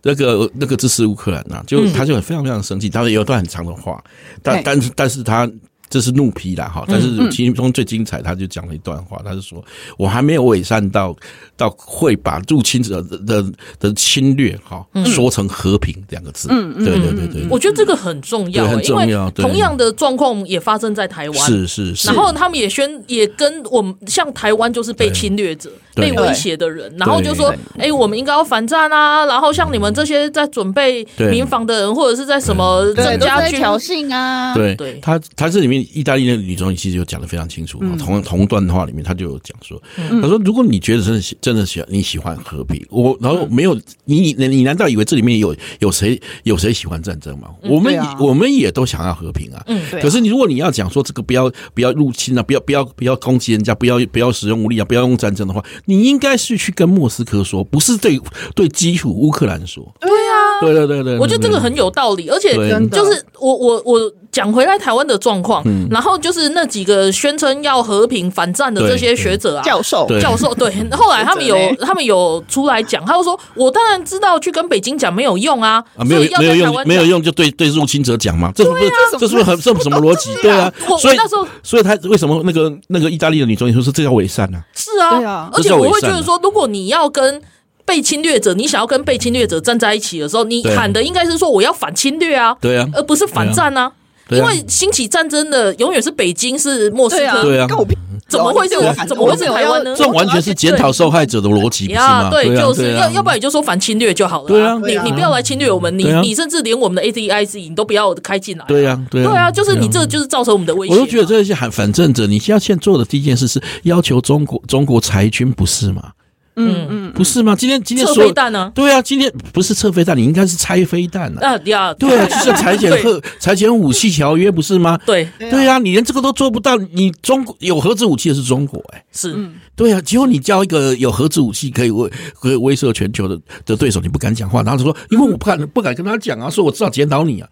C: 那个那个支持乌克兰啊？就他就很非常非常生气，当然有一段很长的话，但
B: 对
C: 但是但是他这是怒批啦哈，但是其中最精彩，他就讲了一段话，他就说我还没有伪善到到会把入侵者的的的侵略哈说成和平两个字，嗯对对对对，
A: 我觉得这个很重要、
C: 对很重要
A: 因为
C: 对
A: 同样的状况也发生在台湾。
C: 是是是，
A: 然后他们也宣也跟我们像台湾就是被侵略者、
C: 对
A: 被威胁的人，然后就说：“哎、我们应该要反战啊！”然后像你们这些在准备
C: 对
A: 民防的人，或者是在什么
C: 嗯
B: 对，
A: 增
B: 都是
A: 加
B: 在
A: 军，
B: 挑衅啊，
C: 对
A: 对嗯
C: 他他这里面意大利那个女总理其实就讲的非常清楚，同同段话里面他就有讲说，他说如果你觉得真的喜真的喜欢你喜欢和平，我然后没有你你你难道以为这里面有有谁有谁喜欢战争吗？我们
B: 对啊
C: 我们也都想要和平啊，
A: 嗯，
B: 对啊
C: 可是你如果你要讲说这个不要不要入侵啊，不要不要不要攻击人家，不要不要使用武力啊，不要用战争的话，你应该是去跟莫斯科说，不是对对基辅乌克兰说。
B: 对啊，
C: 对对对对，
A: 我觉得这个很有道理，而且
C: 对
B: 真的
A: 就是我我我讲回来台湾的状况，
C: 嗯
A: 然后就是那几个宣称要和平反战的这些学者啊。
B: 教授
C: 嗯对
A: 教授 对，后来他们有
B: 学者
A: 他们有出来讲，他就说：“我当然知道去跟北京讲没有用啊，
C: 啊，没有
A: 所以要
C: 没有
A: 在台
C: 用
A: 湾，
C: 没有
A: 讲啊
C: 用就对对入侵者讲嘛，这是不是这是不是很这什么逻辑？
B: 对
C: 对
B: 啊
C: 啊
A: 我，
C: 所以
A: 我那时候
C: 所以他为什么那个那个意大利的女总理说是这叫伪善呢？
A: 是啊，
B: 对啊
A: 而
C: 这
A: 且
C: 叫
A: 我
C: 伪
A: 会觉
C: 善
A: 得
C: 啊
A: 说，如果你要跟被侵略者，你想要跟被侵略者站在一起的时候，你
C: 对啊
A: 喊的应该是说我要反侵略啊，
C: 对啊，
A: 而不是反战啊。
C: 对
A: 因
C: 啊
A: 为兴起战争的永远是北京，是莫斯
B: 对啊，
A: 科，
C: 对啊
B: 跟我屁
A: 怎么会是
B: 我
A: 我
B: 没有？
A: 怎么会是台湾呢
B: 我
C: 这完全是检讨受害者的逻辑，不是吗？
A: 对，
C: 啊
A: 就是
C: 对
A: 要
C: 啊
A: 要不然你就说反侵略就好了。
C: 对啊
A: 你
B: 对啊
A: 你不要来侵略我们，你
C: 对啊
A: 你甚至连我们的 ATIC 你都不要开进来。
C: 对呀，对
A: 对
C: 呀，
A: 啊，就是你
C: 对
A: 这
C: 啊
A: 就是造成我们的威胁嘛。
C: 我都觉得这些反反政者，你要现在做的第一件事是要求中国中国裁军，不是吗？
A: 嗯嗯，
C: 不是吗？今天今天
A: 撤
C: 所有
A: 飞弹啊
C: 对啊，今天不是撤飞弹，你应该是拆飞弹啊。
A: 啊呀，
C: 对啊，就是裁减
A: 对
C: 核裁减武器条约，不是吗？
A: 对
C: 对啊，你连这个都做不到，你中国有核子武器的是中国哎、
A: 是
B: 嗯
C: 对啊，结果你叫一个有核子武器可以威可以威慑全球的的对手，你不敢讲话，然后他说因为我不敢不敢跟他讲啊，说我知道检讨你啊，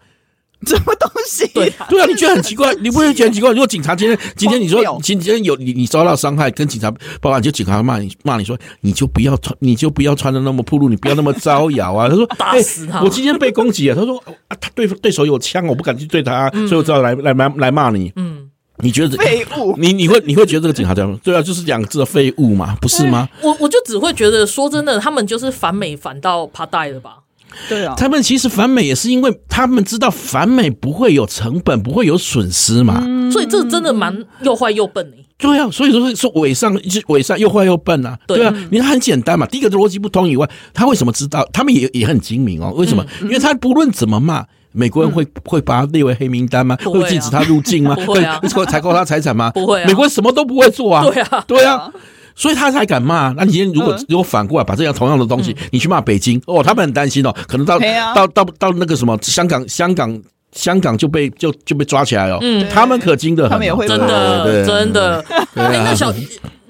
B: 什么东西、
A: 对
B: 啊？
C: 对啊，你觉得很奇怪，你不会觉得很奇怪？如果警察今天今天你说
B: 荒谬
C: 今天有你你遭到伤害，跟警察报案，就警察骂你骂你说你就不要穿你就不要穿的那么暴露，你不要那么招摇啊。他说
A: 打
C: 哎
A: 死他
C: 我今天被攻击啊。他说啊，他对对手有枪，我不敢去对他，所以我只好来来来来骂你。
A: 嗯。
C: 你觉得
B: 废物
C: 你你会你会觉得这个警察这样吗？对啊，就是两个字的废物嘛，不是吗？
A: 我我就只会觉得，说真的，他们就是反美反到怕带了吧？
B: 对啊，
C: 他们其实反美也是因为他们知道反美不会有成本，不会有损失嘛。
A: 所以这真的蛮又坏又笨欸
C: 对啊，所以说是说伪善，就是伪善又坏又笨啊。
A: 对嗯
C: 对啊，你看很简单嘛。第一个逻辑不通以外，他为什么知道？他们也也很精明
A: 嗯
C: 哦。为什么？因为他不论怎么骂。美国人会、会把他列为黑名单吗？
A: 不会啊
C: 禁止他入境吗？
A: 不会啊
C: 会采购他财产吗？
A: 不会啊
C: 美国人什么都不会做啊。
A: 对啊嗯
C: 对啊，所以他才敢骂。那你今天如果、如果反过来把这样同样的东西，你去骂北京，哦，他们很担心哦，可能到、
B: 对啊
C: 到到到那个什么香港香港香港就被就就被抓起来哦。
A: 嗯
C: 他们可精的很哦，
B: 他们也会
A: 真
C: 对
A: 的
C: 对
A: 呃真的。
C: 对啊
A: 哎那小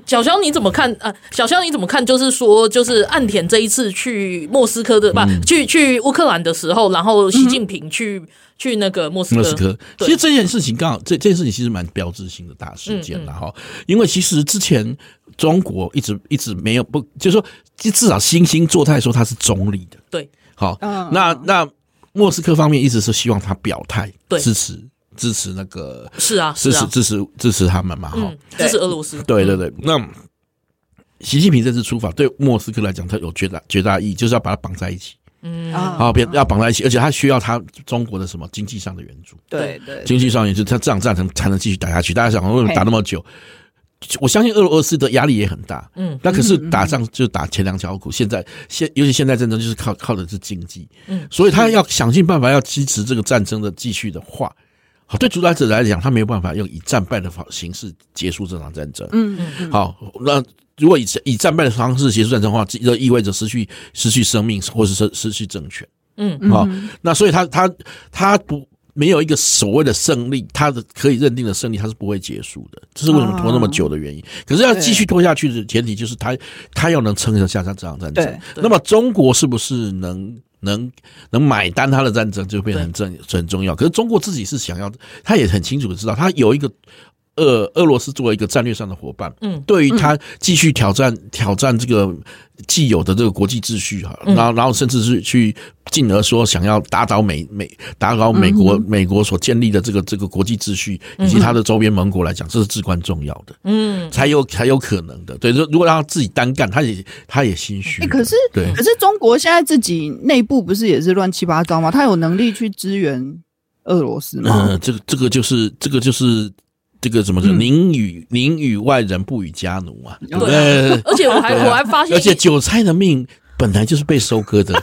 A: 小肖你怎么看啊？小肖你怎么看？就是说，就是岸田这一次去莫斯科的，不、
C: 嗯
A: 去去乌克兰的时候，然后习近平去、去那个莫斯科，
C: 莫斯科。
A: 对
C: 其实这件事情刚好，这这件事情其实蛮标志性的大事
A: 嗯
C: 件了哈、因为其实之前中国一直一直没有不，就是说至少惺惺作态说他是中立的。
A: 对，
C: 好，
B: 嗯
C: 那那莫斯科方面一直是希望他表态
A: 对
C: 支持支持那个
A: 是啊，是
C: 支持
A: 啊，
C: 支持支持他们嘛哈、
A: 嗯，这是俄罗斯，
C: 对对对，那。习近平这次出访对莫斯科来讲，它有绝大绝大意义，就是要把它绑在一起，
A: 嗯
B: 啊，
C: 啊，别要绑在一起，而且它需要它中国的什么经济上的援助。
B: 对对，
C: 经济上也是他这样战才才能继续打下去。大家想，为什么
B: 嘿
C: 打那么久？我相信俄罗斯的压力也很大，
A: 嗯，
C: 那可是打仗就打前两条苦，现在现尤其现在战争就是靠靠的是经济，
A: 嗯，
C: 所以他要想尽办法要支持这个战争的继续的话，好，对主导者来讲，他没有办法用以战败的方形式结束这场战争，
B: 嗯嗯嗯，
C: 好，那如果以以战败的方式结束战争的话，这这意味着失去失去生命，或是失失去政权。
A: 嗯，
C: 好、那所以他他他不没有一个所谓的胜利，他的可以认定的胜利，他是不会结束的。这是为什么拖那么久的原因。
B: 嗯
C: 可是要继续拖下去的前提就是他他要能撑得下这场战争
B: 对。
C: 那么中国是不是能？能能买单他的战争就变得很重很重要，可是中国自己是想要，他也很清楚的知道，他有一个呃，俄罗斯作为一个战略上的伙伴，
A: 嗯
C: 对于他继续挑战、挑战这个既有的这个国际秩序哈，
B: 嗯
C: 然后然后甚至是去进而说想要打倒美美打倒美国、
B: 嗯
C: 美国所建立的这个这个国际秩序以及它的周边盟国来讲，这是至关重要的，
A: 嗯，
C: 才有才有可能的。对，如如果让他自己单干，他也他也心虚
B: 哎、
C: 的、
B: 可是
C: 对，
B: 可是中国现在自己内部不是也是乱七八糟吗？他有能力去支援俄罗斯吗？
C: 嗯，这个这个就是这个就是这个怎么
B: 嗯
C: 说？宁与宁与外人，不与家奴嘛，对不对？
A: 而且我还、
C: 对啊
A: 哎我还发现
C: 而，且韭菜 的命本来就是被收割的，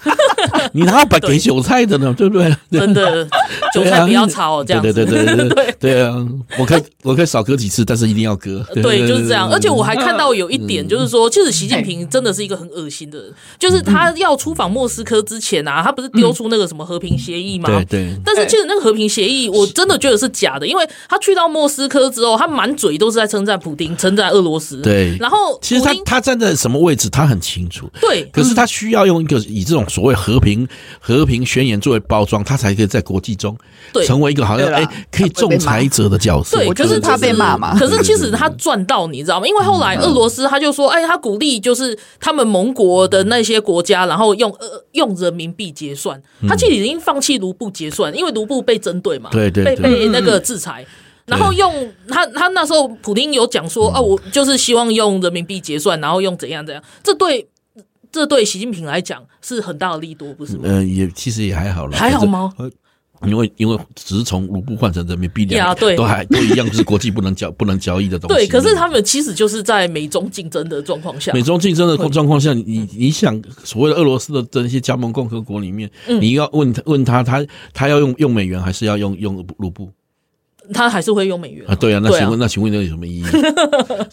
C: 你哪有把给韭菜的呢？对不对？
A: 真的嗯韭
C: 对
A: 菜
C: 啊
A: 不要炒这样
C: 对
A: 子。
C: 对对对对
A: 对
C: 对啊！我可以我可以少割几次，但是一定要割。
A: 呃对，就是这样。而且我还看到有一点，
C: 嗯
A: 就是说，其实习近平真的是一个很恶心的人。就是他要出访莫斯科之前啊，他不是丢出那个什么和平协议吗？
C: 对对哎
A: 但是其实那个和平协议，我真的觉得是假的，因为他去到莫斯科之后，他满嘴都是在称赞普丁，称赞俄罗斯。，
C: 对。
A: 然后
C: 其实他
A: 普丁
C: 他站在什么位置，他很清楚。
A: 对嗯
C: 可是他需要用一个以这种所谓和平和平宣言作为包装，他才可以在国际中
A: 对
C: 成为一个好像
B: 对
C: 哎
B: 啦
C: 可
B: 他不会
C: 以仲
B: 被骂
C: 裁者的角色。
A: 对，
B: 我
A: 可
B: 就是是怕
A: 其实
B: 被骂嘛
A: 可是其
C: 对对
A: 实
C: 对
A: 他赚到，你知道吗？因为后
C: 嗯
A: 来俄罗斯他就说，哎，他鼓励就是他们盟国的那些国家，然后用呃用人民币结算，
C: 嗯
A: 他其实已经放弃卢布结算，因为卢布被针对嘛，
C: 对对
A: 被
C: 对
A: 被那个制裁。然后用他，他那时候普丁有讲
C: 嗯
A: 说，啊，我就是希望用人民币结算，然后用怎样怎样，这对这对习近平来讲是很大的利多，不是吗？
C: 呃，也其实也还好啦，
A: 还好吗
C: 可是？呃因为因为只是从卢布换成人民币两
A: 呀
C: 个
A: 对
C: 都还都一样，是国际不能交不能交易的东西。
A: 对，可是他们其实就是在美中竞争的状况下，
C: 美中竞争的状况下，你你想所谓的俄罗斯的这些加盟共和国里面，
A: 嗯
C: 你要问他问他，他他要用用美元还是要用用卢布
A: 他还是会用美元
C: 啊？对啊，那请问那请问那有什么 意义？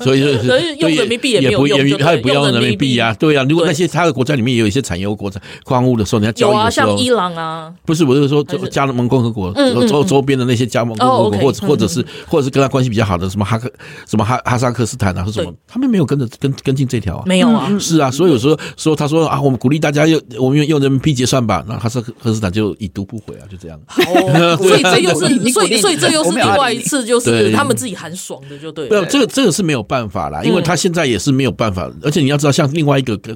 C: 所以就是
A: 所以用人民币也没
C: 也
A: 有
C: 不
A: 用
C: 也
A: 对不对
C: 他也不要
A: 用人
C: 人民
A: 民币
C: 币啊，对啊。如果
A: 对
C: 那些他的国家里面也有一些产油国矿物的时候，你要交
A: 有
C: 易
A: 啊，
C: 的时候，
A: 像伊朗啊，
C: 不是，我是说周
A: 还是
C: 加盟共和国
A: 嗯嗯
C: 周周边的那些加盟共和
A: 哦
C: 国，
A: ，OK，
C: 或者
A: 嗯
C: 或者是或者是跟他关系比较好的，什么哈克、什么哈哈萨克斯坦啊，是什么
A: 对，
C: 他们没有跟着跟跟进这条啊。
A: 没有啊，
C: 是啊，所以有时候说他说啊，我们鼓励大家用我们用用人民币结算吧，那哈萨克斯坦就已读不回啊，就这样。
A: 好哦所以这又是，
B: 你
A: 所
B: 鼓
A: 以
B: 励
A: 所以这又是
B: 我没有
A: 另
B: 要理
A: 外一次，就
C: 对
A: 是他们自己很爽的，就对嗯
C: 不，
A: 了。
C: 这个这个是没有办法啦，因为他现在也是没有办法，而且你要知道，像另外一个跟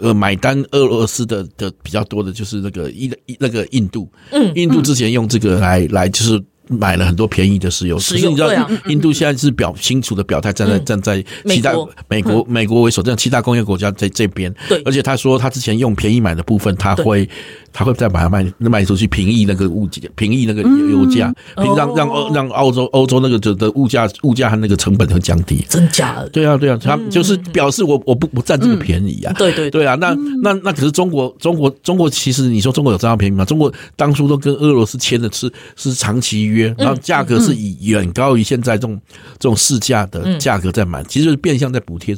C: 呃买单俄罗斯的的比较多的就是那个印那个印度，嗯，印度之前用这个来来就是。买了很多便宜的石油，
A: 石
C: 可是
A: 油
C: 你知道
A: 对啊，嗯
C: 印度现在是表清楚的表态，站在站在其
A: 美
C: 他
A: 国
C: 美国美国为首，这样其他工业国家在这边，
A: 对
C: 而且他说他之前用便宜买的部分，他会他会再把它卖卖出去，平抑那个物价，平抑那个油价，平让让欧让澳洲欧洲那个的的物价物价和那个成本会降低。
A: 真假的？
C: 对啊，对啊，他就是表示我我不不占这个便宜啊。
A: 嗯对对对，嗯
C: 对啊，那那那可是中国，中国中国其实你说中国有占到便宜吗？中国当初都跟俄罗斯签的是是长期约，
A: 嗯
C: 然后价格是以远高于现在这种这种市价
A: 嗯
C: 的价格在买，其实就是变相在补贴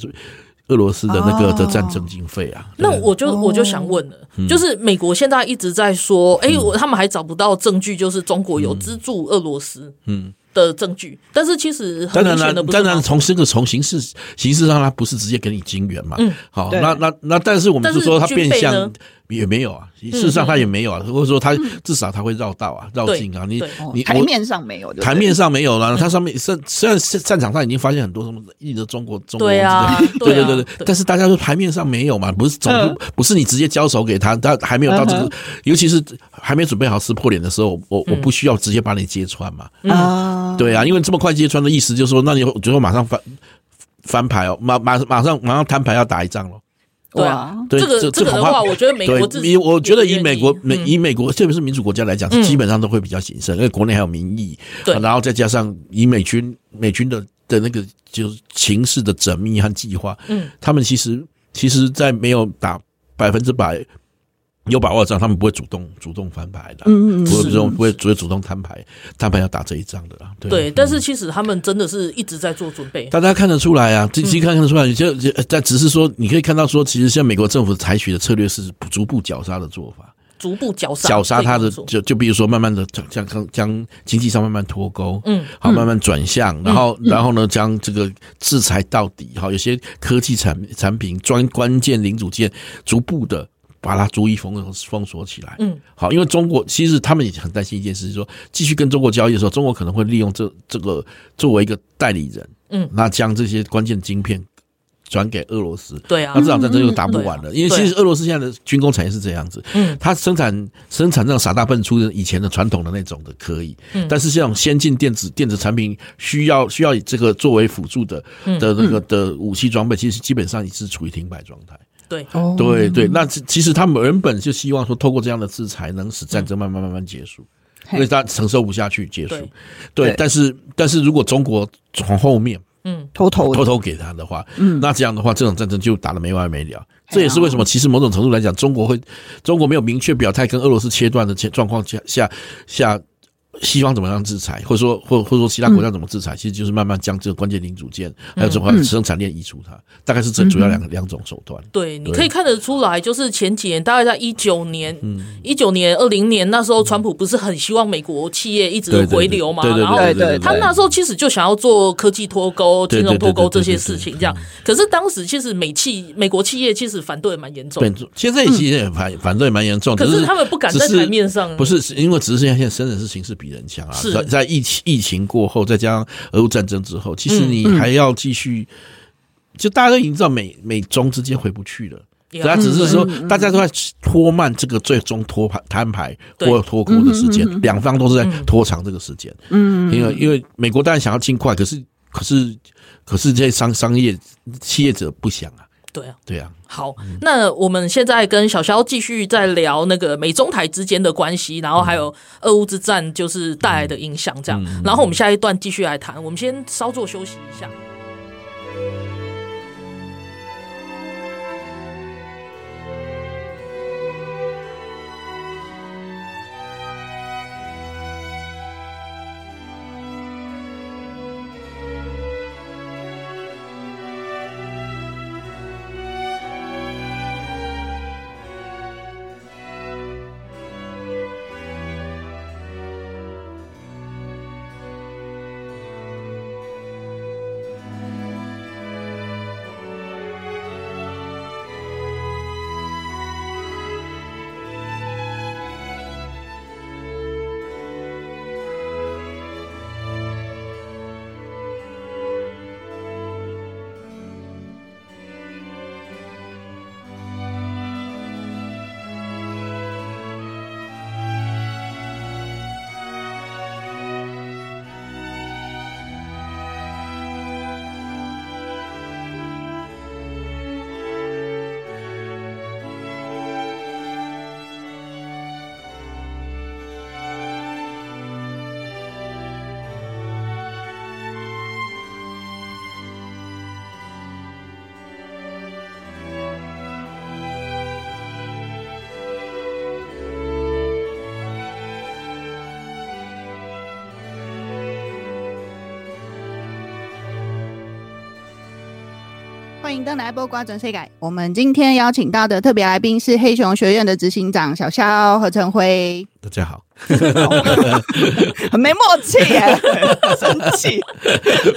C: 俄罗斯的那
A: 哦
C: 个的战争经费啊。
A: 那
C: 对
A: 我就我就想问了，
C: 嗯
A: 就是美国现在一直在说，哎，我他们还找不到证据，就是中国有资助俄罗斯，嗯。的证据，但是其实很
C: 当然
A: 明显的
C: 了，
A: 不是
C: 当然
A: 吗
C: 从这个从形式形式上，它不是直接给你金元嘛。嗯，好，
B: 对
C: 那那那，但是我们
A: 但
C: 就是说它变
A: 军备
C: 相
A: 呢嗯
C: 也没有啊，事实上它也没有啊，或者说它至少它会绕道啊，绕
A: 对
C: 境啊，你
A: 对哦嗯
C: 你
B: 台
C: 我
B: 面上没有，对不对
C: 台面上没有了，它上面虽虽然是战场上已经发现很多什么印着中国中国
A: 对啊
C: 这个
A: 对
C: 对对
A: 啊
C: 对对
A: 对
C: 但是大家说台面上没有嘛，不是总
B: 嗯
C: 不是你直接交手给他，他还没有到这
A: 嗯
C: 个，尤其是还没准备好撕破脸的时候，我我不需要直接把你揭穿嘛，
A: 嗯
B: 啊，
C: 对啊，因为这么快揭穿的意思就是说，那你就会马上翻翻牌哦，马马马上马上摊牌要打一仗喽。
A: 对
B: 哇
A: 啊，
C: 对
A: 这个
C: 这
A: 这个
C: 恐
A: 的
C: 怕
A: 话，我觉得美国自
C: 对，以
A: 己，
C: 我觉得以美国美
A: 嗯
C: 以美国特别是民主国家来讲，基本上都会比较谨慎，因为国内还有民意，啊
A: 对
C: 然后再加上以美军美军的的那个就是情势的缜密和计划，
A: 嗯，
C: 他们其实其实，在没有打百分之百。有把握的仗，他们不会主动主动翻牌的，嗯嗯，不会主动不会不会主动摊牌，摊牌要打这一仗的啦，对
A: 对，
C: 对，
A: 但是其实他们真的是一直在做准备，
C: 大家看得出来啊，这其实看得出来，就就呃但只是说，你可以看到说，其实现在美国政府采取的策略是逐步绞杀的做法，
A: 逐步绞杀
C: 绞杀
A: 可以这
C: 它
A: 么
C: 的，
A: 说
C: 就就比如说慢慢的将将将经济上慢慢脱钩，
A: 嗯，
C: 好，慢慢转向，然后然后呢，将这个制裁到底，好，有些科技产产品专关键零组件逐步的。把它逐一封封锁起来，
A: 嗯，
C: 好，因为中国其实他们也很担心一件事，就是说继续跟中国交易的时候，中国可能会利用这这个作为一个代理人，
A: 嗯
C: 那将这些关键晶片转给俄罗斯，
A: 对啊
C: 那，这场战争又打不完
A: 嗯
C: 了，
A: 嗯
C: 因为
A: 对啊
C: 其实俄罗斯现在的军工产业是这样子，
A: 嗯
C: 它生产生产那种傻大笨粗的以前的传统的那种的可以，
A: 嗯
C: 但是这种先进电子电子产品需要需要以这个作为辅助的
A: 嗯
C: 的那个的武器装备，其实基本上也是处于停摆状态。
A: 对，
C: 对对，那其其实他们原本就希望说，透过这样的制裁，能使战争慢慢慢慢结束，因为他承受不下去结束
A: 对。
C: 对
B: 对，
C: 但是但是如果中国从后面
A: 嗯，
B: 偷偷
C: 偷
B: 的，
C: 偷给他的话，嗯，那这样的话，这种战争就打得没完没
B: 哎
C: 了。这也是为什么，其实某种程度来讲，中国会，中国没有明确表态跟俄罗斯切断的切状况下下下，西方怎么样制裁，或者说或或者说其他国家怎么制
B: 嗯
C: 裁，其实就是慢慢将这个关键零组件还有这块生产链移除它，大概是这主
B: 嗯
C: 要两两种手段。
A: 对，你可以看得出来，就是前几年，大概在一九年、
C: 嗯
A: 一九年、二零年那时候，川普不是很希望美国企业一直
C: 对对
A: 回流嘛？
C: 对对
A: 然后
C: 对
B: 对对
A: 他那时候其实就想要做科技脱钩、
C: 对
A: 金
C: 对
A: 融脱钩
C: 对
A: 这
C: 对
A: 些
C: 对
A: 事情，
C: 对
A: 这样。可是当时其实美企、美国企业其实反对蛮严重
C: 对
A: 的，，
C: 现在其实也反反对蛮严
A: 嗯
C: 重，
A: 可
C: 只
A: 是
C: 是
A: 他们不敢在
C: 只是
A: 台面上啊
C: 不是是因为只是现在现在深圳是形势比人强啊，
A: 是
C: 在在疫情疫情过后，再加上俄乌战争之后，其实
A: 嗯
C: 你还要继续，就大家都已经知道美美中之间回不去了。
A: 也
C: 大家
A: 要
C: 只是说，
A: 嗯
C: 大家都在拖慢这个最终脱牌摊牌或脱钩的时间，
A: 嗯
C: 两方都是在拖长这个时间。嗯，因为因为美国当然想要尽快，可是可是可是这些商商业企业者不想啊，
A: 对啊。
C: 对啊，
A: 好，那我们现在跟小肖继续在聊那个美中台之间的关系，然后还有俄乌之战就是带来的影响，这
C: 嗯
A: 样。然后我们下一段继续来谈，我们先稍作休息一下。
B: 欢迎登来播瓜准世改。我们今天邀请到的特别来宾是黑熊学院的执行长小肖何成辉，
C: 大家好，
B: 很没默契耶，生气。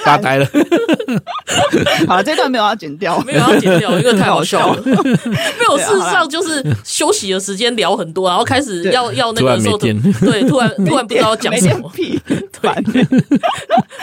C: 发呆了。
B: 好了，这段没有要剪掉，
A: 没有要剪掉，因为太好 笑了。没有，
B: 对啊
A: 事实上就是休息的时间聊很多，然后开始
B: 对
A: 要要那个时候，
C: 突然没
A: 对，突然突然不知道讲什
B: 没
A: 么
B: 电，屁，烦。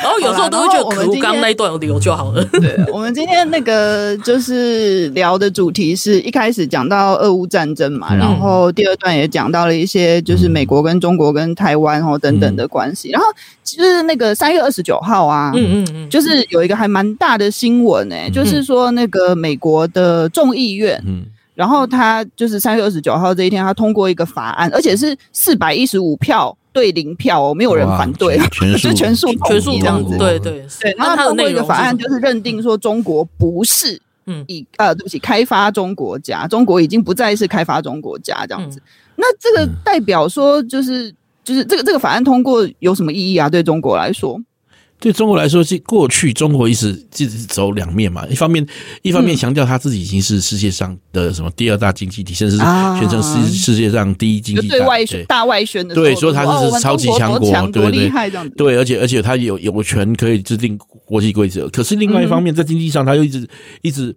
A: 然后有时候都会觉得，可恶，刚刚那一段有留就 好了。
B: 对我们今天那个就是聊的主题是一开始讲到俄乌战争嘛，然后第二段也讲到了一些就是美国跟中国跟台湾哦等等的关系，然后就是那个三月二十九号啊，
A: 嗯嗯嗯，
B: 就是有一个还蛮大的新闻诶、就是说那个美国的众议院，
C: 嗯
B: 然后他就是三月二十九号这一天，他通过一个法案，而且是四百一十五票对零票哦，没有人
C: 哇
B: 反对，
C: 全
B: 就
C: 全数
B: 全数
A: 全数
B: 同意这样
A: 通
B: 子
A: 过，。对对
B: 对，然
A: 那
B: 后他
A: 它的
B: 通过
A: 内
B: 一个
A: 容
B: 法案，
A: 是
B: 就
A: 什么
B: 是认定说中国不是
A: 嗯
B: 以呃，对不起，开发中国家，中国已经不再是开发中国家这
A: 嗯
B: 样子。那这个代表说，就是就是这个这个法案通过有什么意义啊？对中国来说，
C: 对中国来说，是过去中国一直一直走两面嘛，一方面一
B: 嗯
C: 方面强调他自己已经是世界上的什么第二大经济体，甚至是
B: 啊
C: 宣称世世界上第一经
B: 就
C: 济体，
B: 对外
C: 对
B: 大外宣的时候
C: 对说它
B: 哦
C: 是
B: 我们
C: 超级
B: 中国
C: 强
B: 多
C: 国
B: 强
C: 对
B: 多
C: 对
B: 厉害这样子。
C: 对，而且而且他有有权可以制定国际规则，可是另外一方面，在经济上，他又一直一直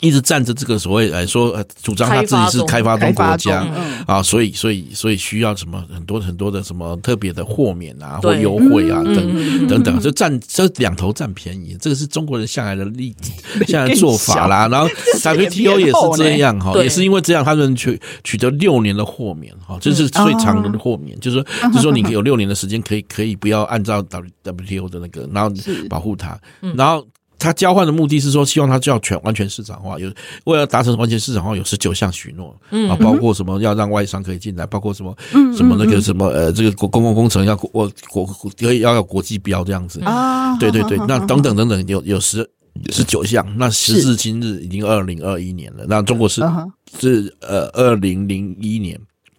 C: 一直站着这个所谓来说，呃，主张他自己是开发中
B: 开发
C: 国
B: 中
C: 家，
B: 嗯
C: 啊，所以所以所以需要什么很多很多的什么特别的豁免啊，或
A: 对
C: 优惠啊
A: 嗯嗯
C: 等等等，就占这两头占便宜，这个是中国人向来的例，向来的做法啦。然后 WTO 也是这样哈，
A: 对
C: 也是因为这样，他们取取得六年的豁免哈，这是
B: 嗯
C: 最长的豁
B: 哦
C: 免，就是 说就是说你有六年的时间可以可以不要按照 W WTO 的那个，然后
B: 是嗯
C: 保护它，然后。他交换的目的是说，希望他叫全完全市场化，有为了达成完全市场化，有十九项许诺，
B: 嗯
C: 啊，包括什么要让外商可以进来，包括什么什么那
B: 嗯
C: 个什么呃，这个国公共工程要国国国可以要有国际标这样子
B: 啊，
C: 对对对， 那等等等等，有有十十九项，那时
B: 是
C: 至今日已经二零二一年了，那中国是
B: 嗯哼
C: 是呃二零零一年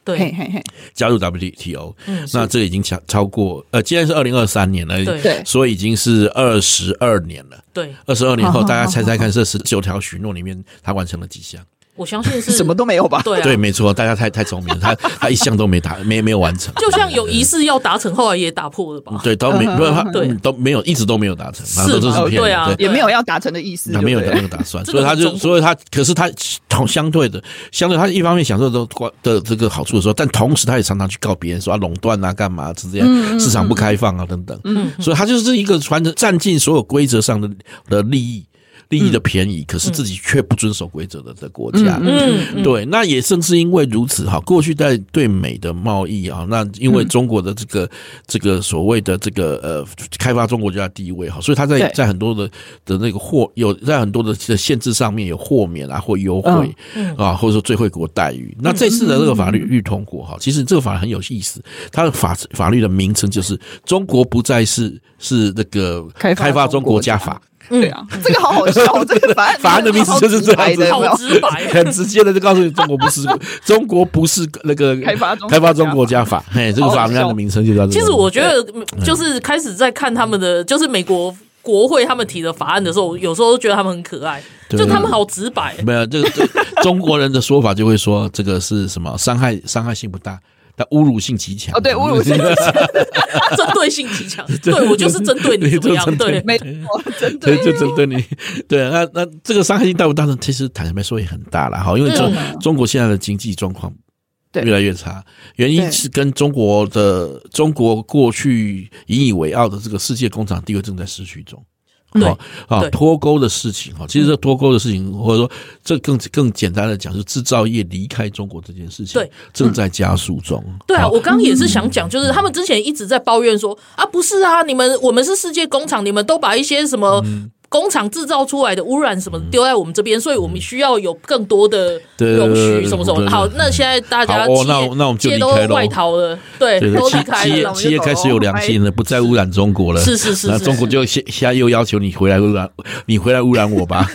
B: 嘿
A: 对
B: 嘿嘿，
C: 加入 WTO，、
A: 嗯
C: 那这已经超超过呃，今天是二零二三年了，
A: 对
B: 对
C: 所以已经是二十二年了。
A: 对，
C: 二十二年后，
B: 好好
C: 大家猜猜看，这十九条许诺里面，他完成了几项？
A: 我相信是
B: 什么都没有吧？
A: 对啊
C: 对，没错，大家太太聪明了， 他他一项都没达，没没有完成，
A: 就像有仪式要达成，后来也打破了吧？
C: 对，都 没，
B: 嗯
C: 不是他
A: 对
C: 都没有，一直都没有达成，然后都
A: 是
C: 是
A: 吧
C: 骗
A: 对
C: 人
A: 啊
C: 的。
B: 也没有要达成的意思，
C: 他没有
B: 对不
C: 那
B: 对
C: 个打算，
A: 这
C: 所
A: 个
C: 以他
A: 很
C: 就，
A: 中国
C: 所以他，可是他同相对的，相对他一方面享受到的这个好处的时候，但同时他也常常去告别人说啊垄断啊，干嘛之类，市场不开放啊等等，嗯，所以他就是一个反正占尽所有规则上的的利益。利益的便宜，可是自己却不遵守规则的的国家，
A: 嗯，嗯，
C: 对，那也正是因为如此哈，过去在对美的贸易啊，那因为中国的这个、这个所谓的这个呃开发中国家的地位哈，所以它在
B: 对
C: 在很多的的那个豁有在很多的这个限制上面有豁免啊或优惠、啊，或者说最惠国待遇。那这次的这个法律预通过哈，其实这个法很有意思，它的法法律的名称就是《中国不再是是那个
B: 开发
C: 开发
B: 中
C: 中国
B: 国
C: 家
B: 家
C: 法》。
B: 对啊，这个好好笑 哦，这个法案
C: 法案的名字就是这样
B: 超直白
C: 子
B: 的有没有
A: 好直 白，
C: 很直接的就告诉你，中国不是中国不是那个
B: 开发中
C: 开发中国家法，嘿，这个法案的名称就叫这个。
A: 其实我觉得，嗯就是开始在看他们
C: 嗯
A: 的，就是美国国会他们提的法案的时候，有时候都觉得他们很可爱，
C: 对
A: 就他们好直 白。
C: 没有这个这个中国人的说法就会说这个是什么伤害伤害性不大，但侮辱性极强。
B: 哦，对，侮辱性极强，
A: 针对性极 强，对我就是针对你怎么样？
C: 就针对
A: 对，
B: 没错，真
C: 对，
B: 的，
C: 就针对你，对，啊那那这个伤害性大不大呢？其实坦白说也很大了哈，因为中、
A: 嗯
C: 中国现在的经济状况
B: 对
C: 越来越差，原因
B: 对
C: 是跟中国的中国过去引以为傲的这个世界工厂地位正在失去中。
A: 对
C: 哦啊，
A: 对嗯
C: 脱钩的事情哈，其实这脱钩的事情，或者说这更更简单的讲，是制造业离开中国这件事情，
A: 对，嗯
C: 正在加速中。
A: 对啊，
C: 好
A: 我刚刚也是想讲，就是他们之前一直在抱怨说啊，不是啊，你们我们是世界工厂，你们都把一些什么。
C: 嗯
A: 工厂制造出来的污染什么丢在我们这边，所以我们需要有更多的
C: 对
A: 容许什么什
C: 对对
A: 么。
C: 对
A: 好，那现在大家
C: 好哦
A: 企业
C: 那那我们就
A: 企业
C: 离
A: 都
C: 开咯
A: 外逃了，对，
C: 对
A: 都
C: 企
A: 离开
C: 企业
A: 了哦哎
B: 我。们
C: 企业
B: 就
C: 开始有良心了，不再污染中国了。
A: 是是是
C: 那
A: 是
C: 中国就现现在又要求你回来污染，你回来污染我 吧。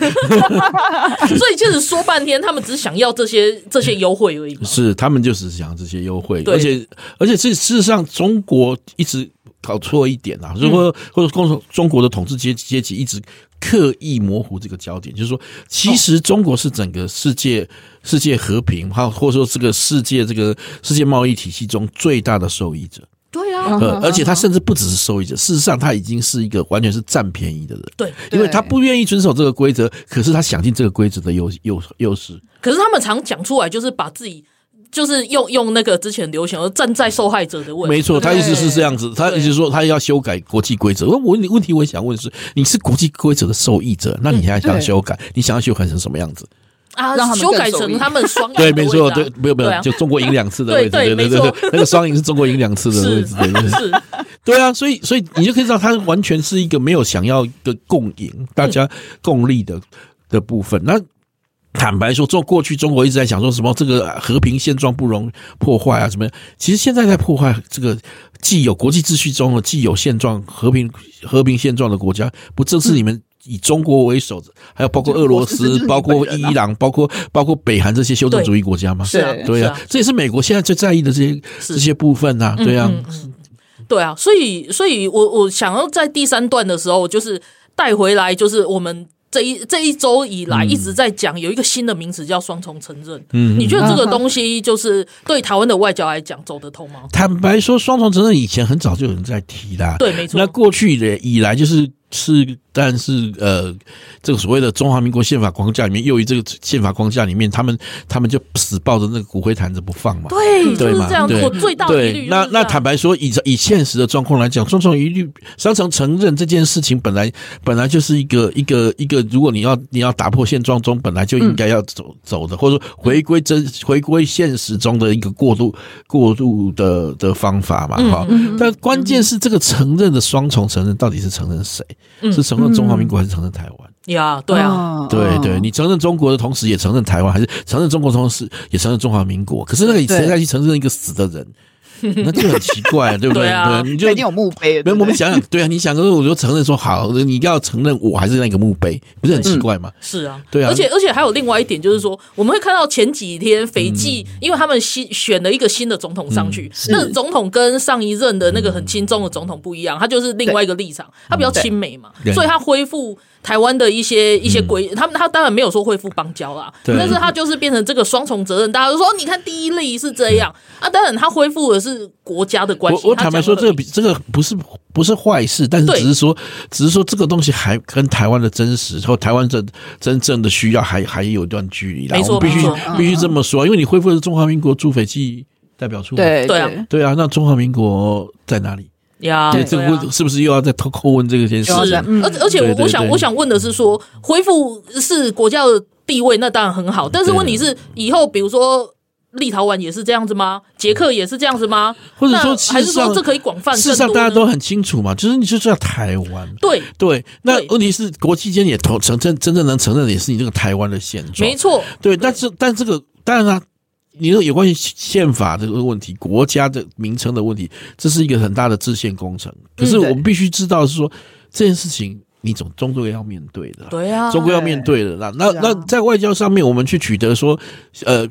A: 所以其实说半天，他们只想要这些这些优惠而已嘛。
C: 是，他们就是想这些优惠，
A: 对
C: 而且而且事事实上，中国一直搞错一点啊，就是
A: 嗯
C: 说或者共中国的统治阶级阶级一直刻意模糊这个焦点，就是说，其
A: 哦
C: 实中国是整个世界世界和平，哈，或者说这个世界这个世界贸易体系中最大的受益者，
A: 对啊，
C: 呃，而且他甚至不只是受益者，事实上他已经是一个完全是占便宜的人。
A: 对。
C: 因为他不愿意遵守这个规则，可是他想尽这个规则的优优优势，
A: 可是他们常讲出来，就是把自己，就是用用那个之前流行的站在受害者的位置。
C: 没错，他意思是这样子，他意思说他要修改国际规则。问问问题，我想问的是，你是国际规则的受益者，那你还想修改？你想要修改成什么样子？
A: 啊
B: 让他，们
A: 修
B: 更
A: 改
B: 受
A: 成
B: 益
A: 他们 双赢
C: 对，
A: 的
C: 没
A: 位
C: 错，
A: 置
C: 对
A: 啊，
C: 没有没
A: 对
C: 有，
A: 啊
C: 就中国赢两次的
A: 对
C: 位置，
A: 对
C: 对对
A: 没
C: 对
A: 错，
C: 那个双赢是中国赢两次的位置，对对对
A: 是
C: 对啊，所以所以你就可以知道，他完全是一个没有想要一个共赢、大
A: 嗯
C: 家共利的的部分。那坦白说，中过去中国一直在想说什么这个和平现状不容破坏啊，什么？其实现在在破坏这个既有国际秩序中的既有现状和平和平现状的国家，不正
A: 嗯
C: 是你们？以中国为首的，还有包括俄罗
B: 就是
C: 斯
B: 日、本
C: 包括
B: 人啊
C: 伊朗、包括包括北韩这些修正主义国家吗？
A: 是啊
B: 对
C: 对
A: 是
C: 啊，这也是美国现在最在意的这些
A: 是
C: 这些部分呐、啊，对啊，
A: 嗯嗯嗯对啊，所以所以我我想要在第三段的时候，就是带回来，就是我们。这一这一周以来
C: 嗯
A: 一直在讲有一个新的名词叫双重承认，嗯，你觉得这个东西就是对台湾的外交来讲走得通吗？
C: 坦白说，双重责任以前很早就有人在提啦。，
A: 对，没错。
C: 那过去的以来就是是，但是呃，这个所谓的中华民国宪法框架里面，又于这个宪法框架里面，他们他们就死抱着那个骨灰坛子不放嘛。
A: 对，就
C: 对
A: 是
C: 嘛
A: 这样子。
C: 对
A: 我最大的疑虑
C: 对，
A: 就是
C: 那
A: 这
C: 那
A: 样
C: 坦白说，以以现实的状况来讲，双重一律、双重承认这件事情，本来本来就是一个一个一个，如果你要你要打破现状中本来就应该要走、走的，或者说回归真回归现实中的一个过渡过渡的的方法嘛，哈、但关键是这个承认的双重承认到底是承认谁？是承认中华民国还是承认台湾？
A: 呀，对啊，
B: 哦，
C: 对
B: 哦
C: 对，你承认中国的同时，也承认台湾，还是承认中国的同时，也承认中华民国？可是那个谁
B: 对
C: 再去承认一个死的人？那就很奇 怪，对不对？
A: 对啊
C: 你就
B: 他已经有墓碑了。
C: 没
B: 对
C: 有，
B: 不对
C: 我们想想， 对啊，你想说，我就承认说好，你要承认我还是那个墓碑，不是很奇怪吗？
A: 是啊，
C: 对啊
A: 而且而且还有另外一点就是说，我们会看到前几天斐济，
C: 嗯
A: 因为他们新选了一个新的总统上去，那个总统跟上一任的那个很亲中的总统不一样，他就是另外一个立场，他比较亲美嘛
C: 嗯对，嗯
A: 所以他恢复台湾的一些一些规，他们他当然没有说恢复邦交啦，
C: 对
A: 但是他就是变成这个双重责任，大家都说哦你看第一例是这样啊，当然他恢复的是国家的关系。
C: 嗯我我
A: 他
C: 坦白
A: 讲
C: 说，
A: 的
C: 这个比这个不是不是坏事，但是
A: 对
C: 只是说，只是说这个东西还跟台湾的真实和台湾这真正的需要还还有一段距离啦。
A: 没错
C: 我们必须
A: 没错嗯
C: 必须这么说，因为你恢复的是中华民国驻斐济代表处嘛，
B: 对
A: 对啊
C: 对啊，那中华民国在哪里？
A: 呀，
C: 对，这
A: 对啊
C: 个是不是又要再偷扣问这个件事？
B: 是
A: 是，啊而而且
C: 对
A: 我
C: 对
A: 我想
C: 对
A: 我想问的是说，恢复是国家的地位，那当然很好，但是问题是以后比如说。立陶宛也是这样子吗？捷克也是这样子吗？
C: 或者
A: 那
C: 说，
A: 还是
C: 事实上
A: 说这可以广泛更多呢？
C: 事实上，大家都很清楚嘛，就是你就是要台湾。
A: 对，
C: 对，那
A: 对
C: 问题是国际间也同承认，真正能承认的也是你这个台湾的现状
A: 没。错，
C: 对，但是但这个当然啊，你说有关于宪法这个问题、国家的名称的问题，这是一个很大的制宪工程。可是
B: 嗯
C: 我
B: 对
C: 们必须知道是说这件事情，你总终究要面对的啊。
A: 对啊，
C: 中国要面对的。那那
B: 是啊
C: 那在外交上面，我们去取得说，呃，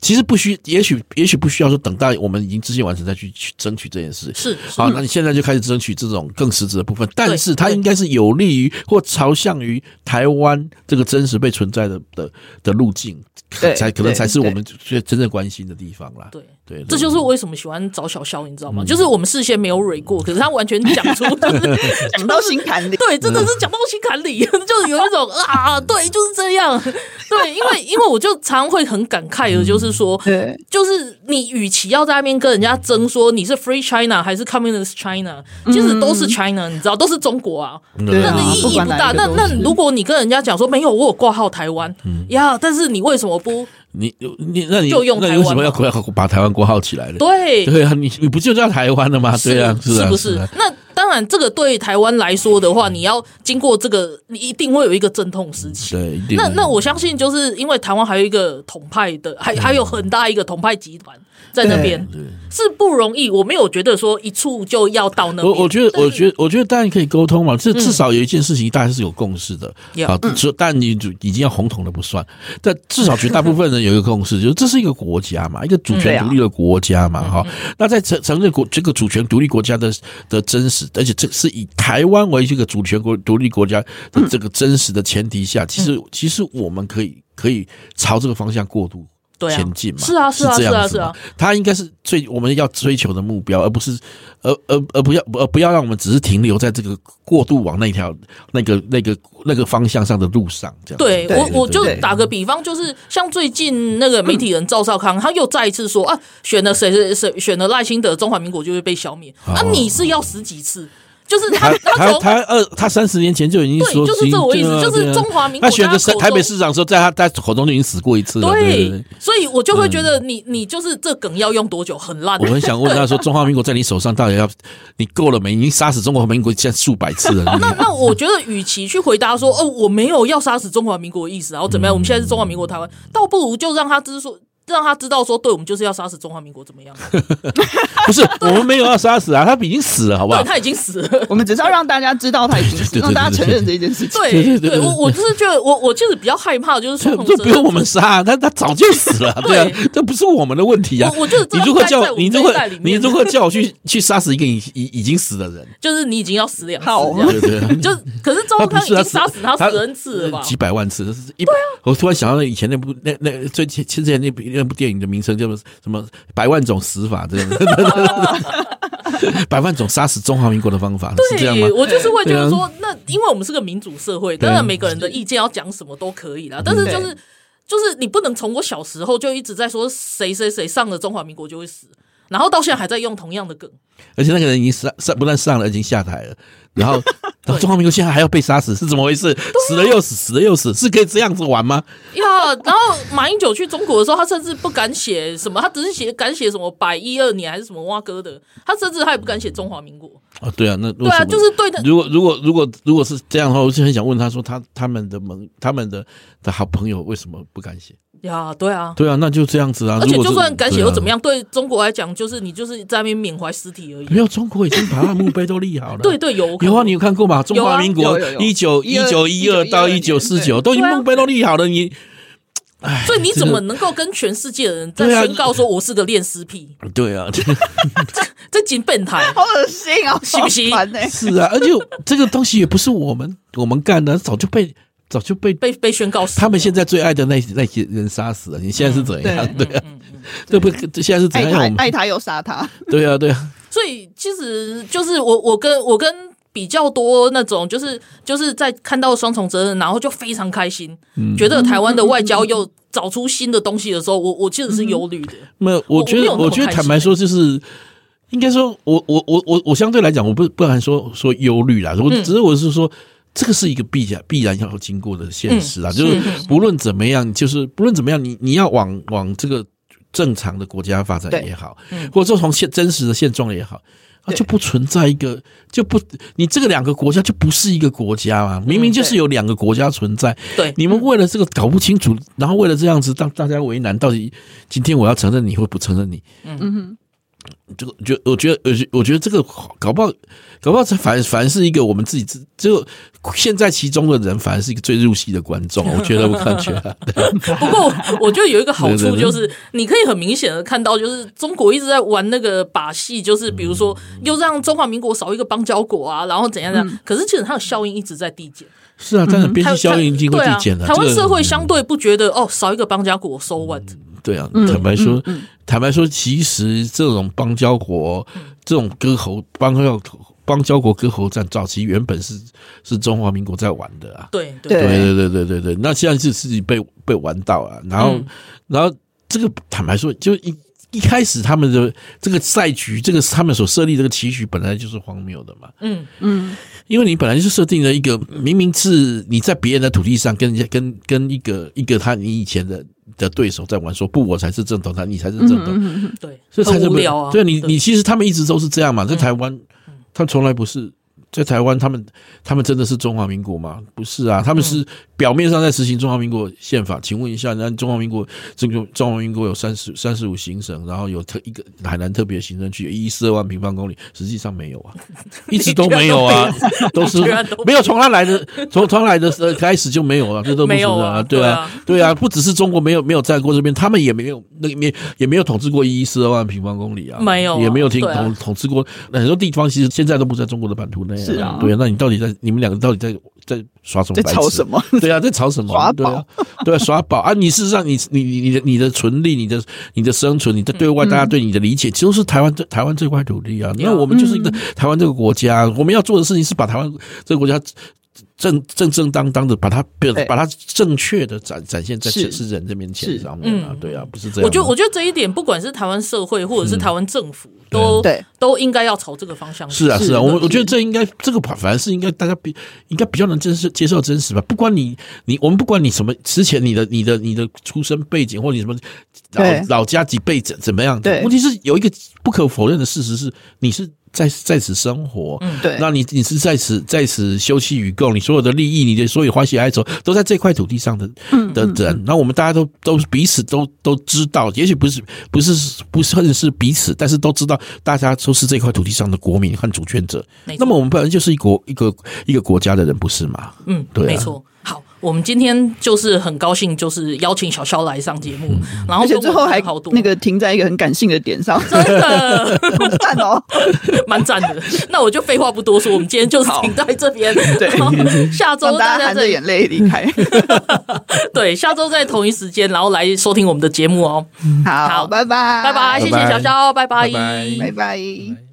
C: 其实不需，也许也许不需要说等到我们已经执行完成再去去争取这件事。
A: 是是
C: 好，那你现在就开始争取这种更实质的部分，但
A: 对
C: 是它
A: 对
C: 应该是有利于或朝向于台湾这个真实被存在的的的路径，
B: 对
C: 才可能
B: 对
C: 才是我
B: 对
C: 们最真正关心的地方啦。
A: 对。
C: 对，嗯
A: 这就是我为什么喜欢找小肖，你知道吗？就是我们事先没有蕊过，可是他完全讲 出，就是
B: 讲到心坎里。
A: 对，真的是讲到心坎里， 就是有一种啊，对，就是这样， 对，因为因为我就常会很感慨的，就是说，
B: 对，
A: 就是你与其要在那边跟人家争说你是 Free China 还是 Communist China，其实都是 China，你知道，都是中国啊，
C: 对
B: 对
A: 那
B: 啊
A: 意义
B: 不管
A: 不
B: 哪
A: 大。
B: 一
A: 那
B: 个都
A: 那
B: 是
A: 如果你跟人家讲说没有，我有挂号台湾呀，但是你为什么不
C: 你你那你
A: 就用
C: 那你
A: 台
C: 为
A: 湾
C: 什么要
A: 嘛
C: 要把台湾国号起来呢？
A: 对？
C: 对啊，你你不就叫台湾了吗？对啊，
A: 是
C: 啊，
A: 不
C: 啊
A: 是？那当然，这个对台湾来说的话，你要经过这个，你一定会有一个阵痛时期。
C: 对，一定
A: 那
C: 的
A: 那我相信，就是因为台湾还有一个统派的，
C: 嗯
A: 还还有很大一个统派集团在那边，是不容易。我没有觉得说一触就要到那
C: 我
A: 边。
C: 我觉得，
A: 但是
C: 我觉得，我觉得当然可以沟通嘛，至
A: 嗯
C: 至少有一件事情大家是有共识的。
A: Yeah
C: 好，说但你就已经要红统的不算，但至少绝大部分人有一个共识，就是这是一个国家嘛，一个
A: 嗯
C: 主
A: 啊
C: 权独立的国家嘛，哈、那在承承认国这个主权独立国家的的真实，而且这是以台湾为这个主权国独立国家
A: 嗯
C: 的这个真实的前提下，其实其实我们可以可以朝这个方向过渡。
A: 对啊
C: 前进嘛，
A: 是啊是
C: 是
A: 啊
C: 这样子
A: 是啊
C: 嘛，它应该是最我们要追求的目标，而不是而而而不要而不要让我们只是停留在这个过渡往那条那个那个那个方向上的路上，这样子。
A: 对
B: 对
A: 我，我就
B: 对
A: 打个比方，就是像最近那个媒体人赵少康，他又再一次说啊，选了谁谁谁，选了赖清德，中华民国就会被消灭。啊，你是要死几次？就是他
C: 哦他
A: 他
C: 他
A: 从
C: 他二他三十年前就已经说，
A: 对就是这我意思
C: 已经
A: 就是
C: 对啊
A: 中华民国
C: 他选择
A: 在他口中
C: 台北市长的时候，在他在口中就已经死过一次了。对
A: 对
C: 对，
A: 所以我就会觉得你你就是这梗要用多久，很烂。
C: 我很想问他说，中华民国在你手上到底要你够了没？已经杀死中华民国现在数百次了。
A: 那 那我觉得，与其去回答说哦，我没有要杀死中华民国的意思，然后怎么样？我们现在是中华民国台湾，倒不如就让他知说，让他知道说，对我们就是要杀死中华民国怎么样？
C: 不是我们没有要杀死啊，他已经死了，好不
A: 对，
C: 好？
A: 他已经死 了。
B: 我们只是要让大家知道他已经死，
C: 对对对对
B: 让大家承认这件事情。
A: 对
C: 对对对
A: 我我就是觉得，我我就是比较害怕，就是双
C: 这
A: 重
C: 这
A: 责
C: 不
A: 任
C: 用我们杀、啊他他早就死了、对啊，这不是我们的问题啊。
A: 我我就是这
C: 你
A: 样
C: 如果叫
A: 待在
C: 我
A: 我
C: 你
A: 们
C: 如果
A: 这一代里
C: 你
A: 面
C: 如果叫我去去杀死一个已已已经死的人，
A: 就是你已经要死两次
B: 好
A: 这样，
C: 对对 对。
A: 就是可是周
C: 他
A: 康
C: 不
A: 康已
C: 是
A: 经
C: 啊
A: 杀死他十 N 次了吧？啊
C: 几百万次，是一百。我突然想到以前那部那那最前之前那部那部电影的名称叫做什么“百万种死法”这样的，
A: 哦
C: 百万种杀死中华民国的方法是这样吗
A: 对，？我就是会觉得
C: 对啊
A: 说，那因为我们是个民主社会，当然每个人的意见要讲什么都可以啦，但
C: 嗯
A: 是就是就是你不能从我小时候就一直在说谁谁谁上了中华民国就会死，然后到现在还在用同样的梗，
C: 而且那个人已经上上不但上了，已经下台了，然 后然后中华民国现在还要被杀死，是怎么回事？
A: 啊
C: 死了又死，死了又死，是可以这样子玩吗？
A: 呀， 然
C: 哦
A: 后马英九去中国的时候，他甚至不敢写什么，他只是写敢写什么百一二年还是什么蛙哥的，他甚至他也不敢写中华民国。
C: 哦，对啊，那对
A: 对啊，就是对的，
C: 如果如果如果如果是这样的话，我就很想问他说他他们的盟他们的的好朋友为什么不敢写？
A: 呀，对啊。
C: 对啊，那就这样子啊。
A: 而且
C: 如果是
A: 就算敢写又怎么？
C: 对啊
A: 样？对中国来讲，就是你就是在那边缅怀尸体而已。
C: 没有，中国已经把他的墓碑都立好了。
A: 对对，有
C: 有啊，你有看过吧？中华民
B: 有
C: 国
B: 有有
C: 一九一九一二
B: 1912
C: 到一九四九都已经
A: 对啊
C: 墓碑都立好了，你，哎，
A: 所以你怎么
C: 真
A: 能够跟全世界的人在
C: 对啊
A: 宣告说我是个恋尸癖？
C: 的对啊？
A: 这紧笨 台，
C: 哦
B: 好恶心啊，
A: 是不是
B: 好烦欸
C: 是啊，而且这个东西也不是我们我们干的，早就被早就被
A: 被被宣告死了。
C: 他们现在最爱的那那些人杀死了。你现在是怎样？
B: 嗯
C: 对啊，这不现在是怎
B: 爱
C: 样？哎我
B: 他
C: 们
B: 爱哎他又杀他，
C: 对啊对啊，
A: 所以其实就是我我跟我跟比较多那种就是就是在看到双重责任，然后就非常开心，
C: 嗯
A: 觉得台湾的外交又找出新的东西的时候，我我其实是忧虑的。
C: 没有，我觉
A: 我没
C: 得，
A: 有那么
C: 我觉得
A: 开
C: 坦
A: 心
C: 白说，就是应该说我，我我我我相对来讲，我不不敢说说忧虑啦，我只是我是说。这个是一个必然必然要经过的现实啊，就是不论怎么样，就是不论怎么样，你你要往往这个正常的国家发展
B: 对
C: 也好，或者说从现真实的现状也好，啊，就不存在一个就不你这个两个国家就不是一个国家嘛，明明就是
A: 对
C: 有两个国家存在，
A: 对
C: 你们为了这个搞不清楚，然后为了这样子让大家为难，到底今天我要承认你或不承认你？嗯哼，这个就我觉得，我觉得我觉得这个搞不好，搞不好这反反而是一个我们自己自就现在其中的人，反而是一个最入戏的观众。我觉得，我感觉啊， 对
A: 不过我我觉得有一个好
C: 对对
A: 处
C: 对
A: 就是，你可以很明显的看到，就是中国一直在玩那个把戏，就是比如说
C: 嗯
A: 又让中华民国少一个邦交国啊，然后怎样怎样。可是其实它的效应一直在递减，
C: 是啊，但是边
A: 它
C: 际效应已经会
A: 对
C: 递
A: 啊
C: 减了。
A: 台湾
C: 这个嗯
A: 社会相对不觉得哦，少一个邦交国，so what？
C: 对啊，坦白
A: 嗯
C: 说，坦白说，其实这种邦交国、这种割喉邦交邦交国割喉战，早期原本是是中华民国在玩的啊。
A: 对对
B: 对
C: 对对对对对，那现在是自己被被玩到啊，然后、
A: 嗯
C: 然后这个坦白说，就一一开始他们的这个赛局，这个他们所设立这个棋局本来就是荒谬的嘛，
A: 嗯
B: 嗯，
C: 因为你本来就设定了一个明明是你在别人的土地上跟人家跟跟一个一个他你以前的的对手在玩说，不我才是正统，他你才是正统，
A: 对，
C: 所以才这
A: 很无
C: 么
A: 聊啊。嗯
C: 对你你其实他们一直都是这样嘛，在台湾，他们从来不是在台湾，他们他们真的是中华民国吗？不是啊，他们
A: 嗯
C: 是表面上在执行中华民国宪法。请问一下，那中华民国这个中华民国有三十三十五行省，然后有特一个海南特别行政区，一十二万平方公里，实际上 没有啊，一直都没有啊，都是
A: 居然都没有
C: 没有从他来的从从他来的时候开始就没有啊，这都不
A: 没有
C: 存在
A: 啊
C: 对
A: 对
C: 啊
A: 啊。
C: 对啊，不只是中国没有没有在过这边，他们也没有那个也也没有统治过一四二万平方公里啊，
A: 没有啊
C: 也没有听
A: 对啊
C: 统、统治过很多地方，其实现在都不在中国的版图内、
B: 是啊
C: 对啊，那你到底在你们两个到底在在耍什么
B: 在
C: 白痴？
B: 吵什么？
C: 对啊，在吵什么
B: 耍？
C: 对
B: 宝
C: 啊，对啊，耍宝啊！你事实上你，你你你的你的存力，你的你的生存，你的对
B: 嗯
C: 外大家对你的理解，其实是台湾这台湾这块土地啊。那我们就是一
B: 嗯
C: 个台湾这个国家，我们要做的事情是把台湾这个国家正正正当当的把它表
B: 对
C: 把它正确的展展现在
B: 是
C: 全世人的面前
B: 是
C: 上面啊
A: 嗯。
C: 对啊，不是这样吗。
A: 我觉得，我觉得这一点，不管是台湾社会或者是台湾政府，都
B: 嗯对
A: 都应该要朝这个方向。
C: 是啊，是啊，我我觉得
B: 是
C: 这应该这个反反而是应该大家比应该比较能真实接受真实吧。不管你你我们不管你什么之前你的你的你的出身背景或你什么
B: 对
C: 老老家几辈怎怎么样的，
B: 对
C: 问题是有一个不可否认的事实是你是在在此生活，嗯
B: 对
C: 那你你是在此在此休戚与共，你所有的利益，你的所有欢喜哀愁，都在这块土地上的
A: 嗯
C: 的人。那我们大家都都彼此都都知道，也许不是不是不是恨是彼此，但是都知道大家都是这块土地上的国民和主权者
A: 没。错
C: 那么我们本来就是一国一个一个国家的人，不是吗？
A: 嗯，
C: 对啊
A: 没错。好，我们今天就是很高兴，就是邀请小肖来上节目，
C: 嗯
A: 然后
B: 而且
A: 跟我
B: 最后
A: 们
B: 还
A: 好多
B: 那个停在一个很感性的点上，
A: 真 的
B: 赞 哦，
A: 蛮 赞的。那我就废话不多说，我们今天就是停在这边，然后 下周
B: 让大家
A: 家
B: 含
A: 再
B: 着眼泪离开。
A: 对，下周在同一时间，然后来收听我们的节目哦。
B: 好，
A: 好
B: 拜拜，
A: 拜拜，谢谢
C: 拜拜
A: 小肖，拜
C: 拜拜
B: 拜拜。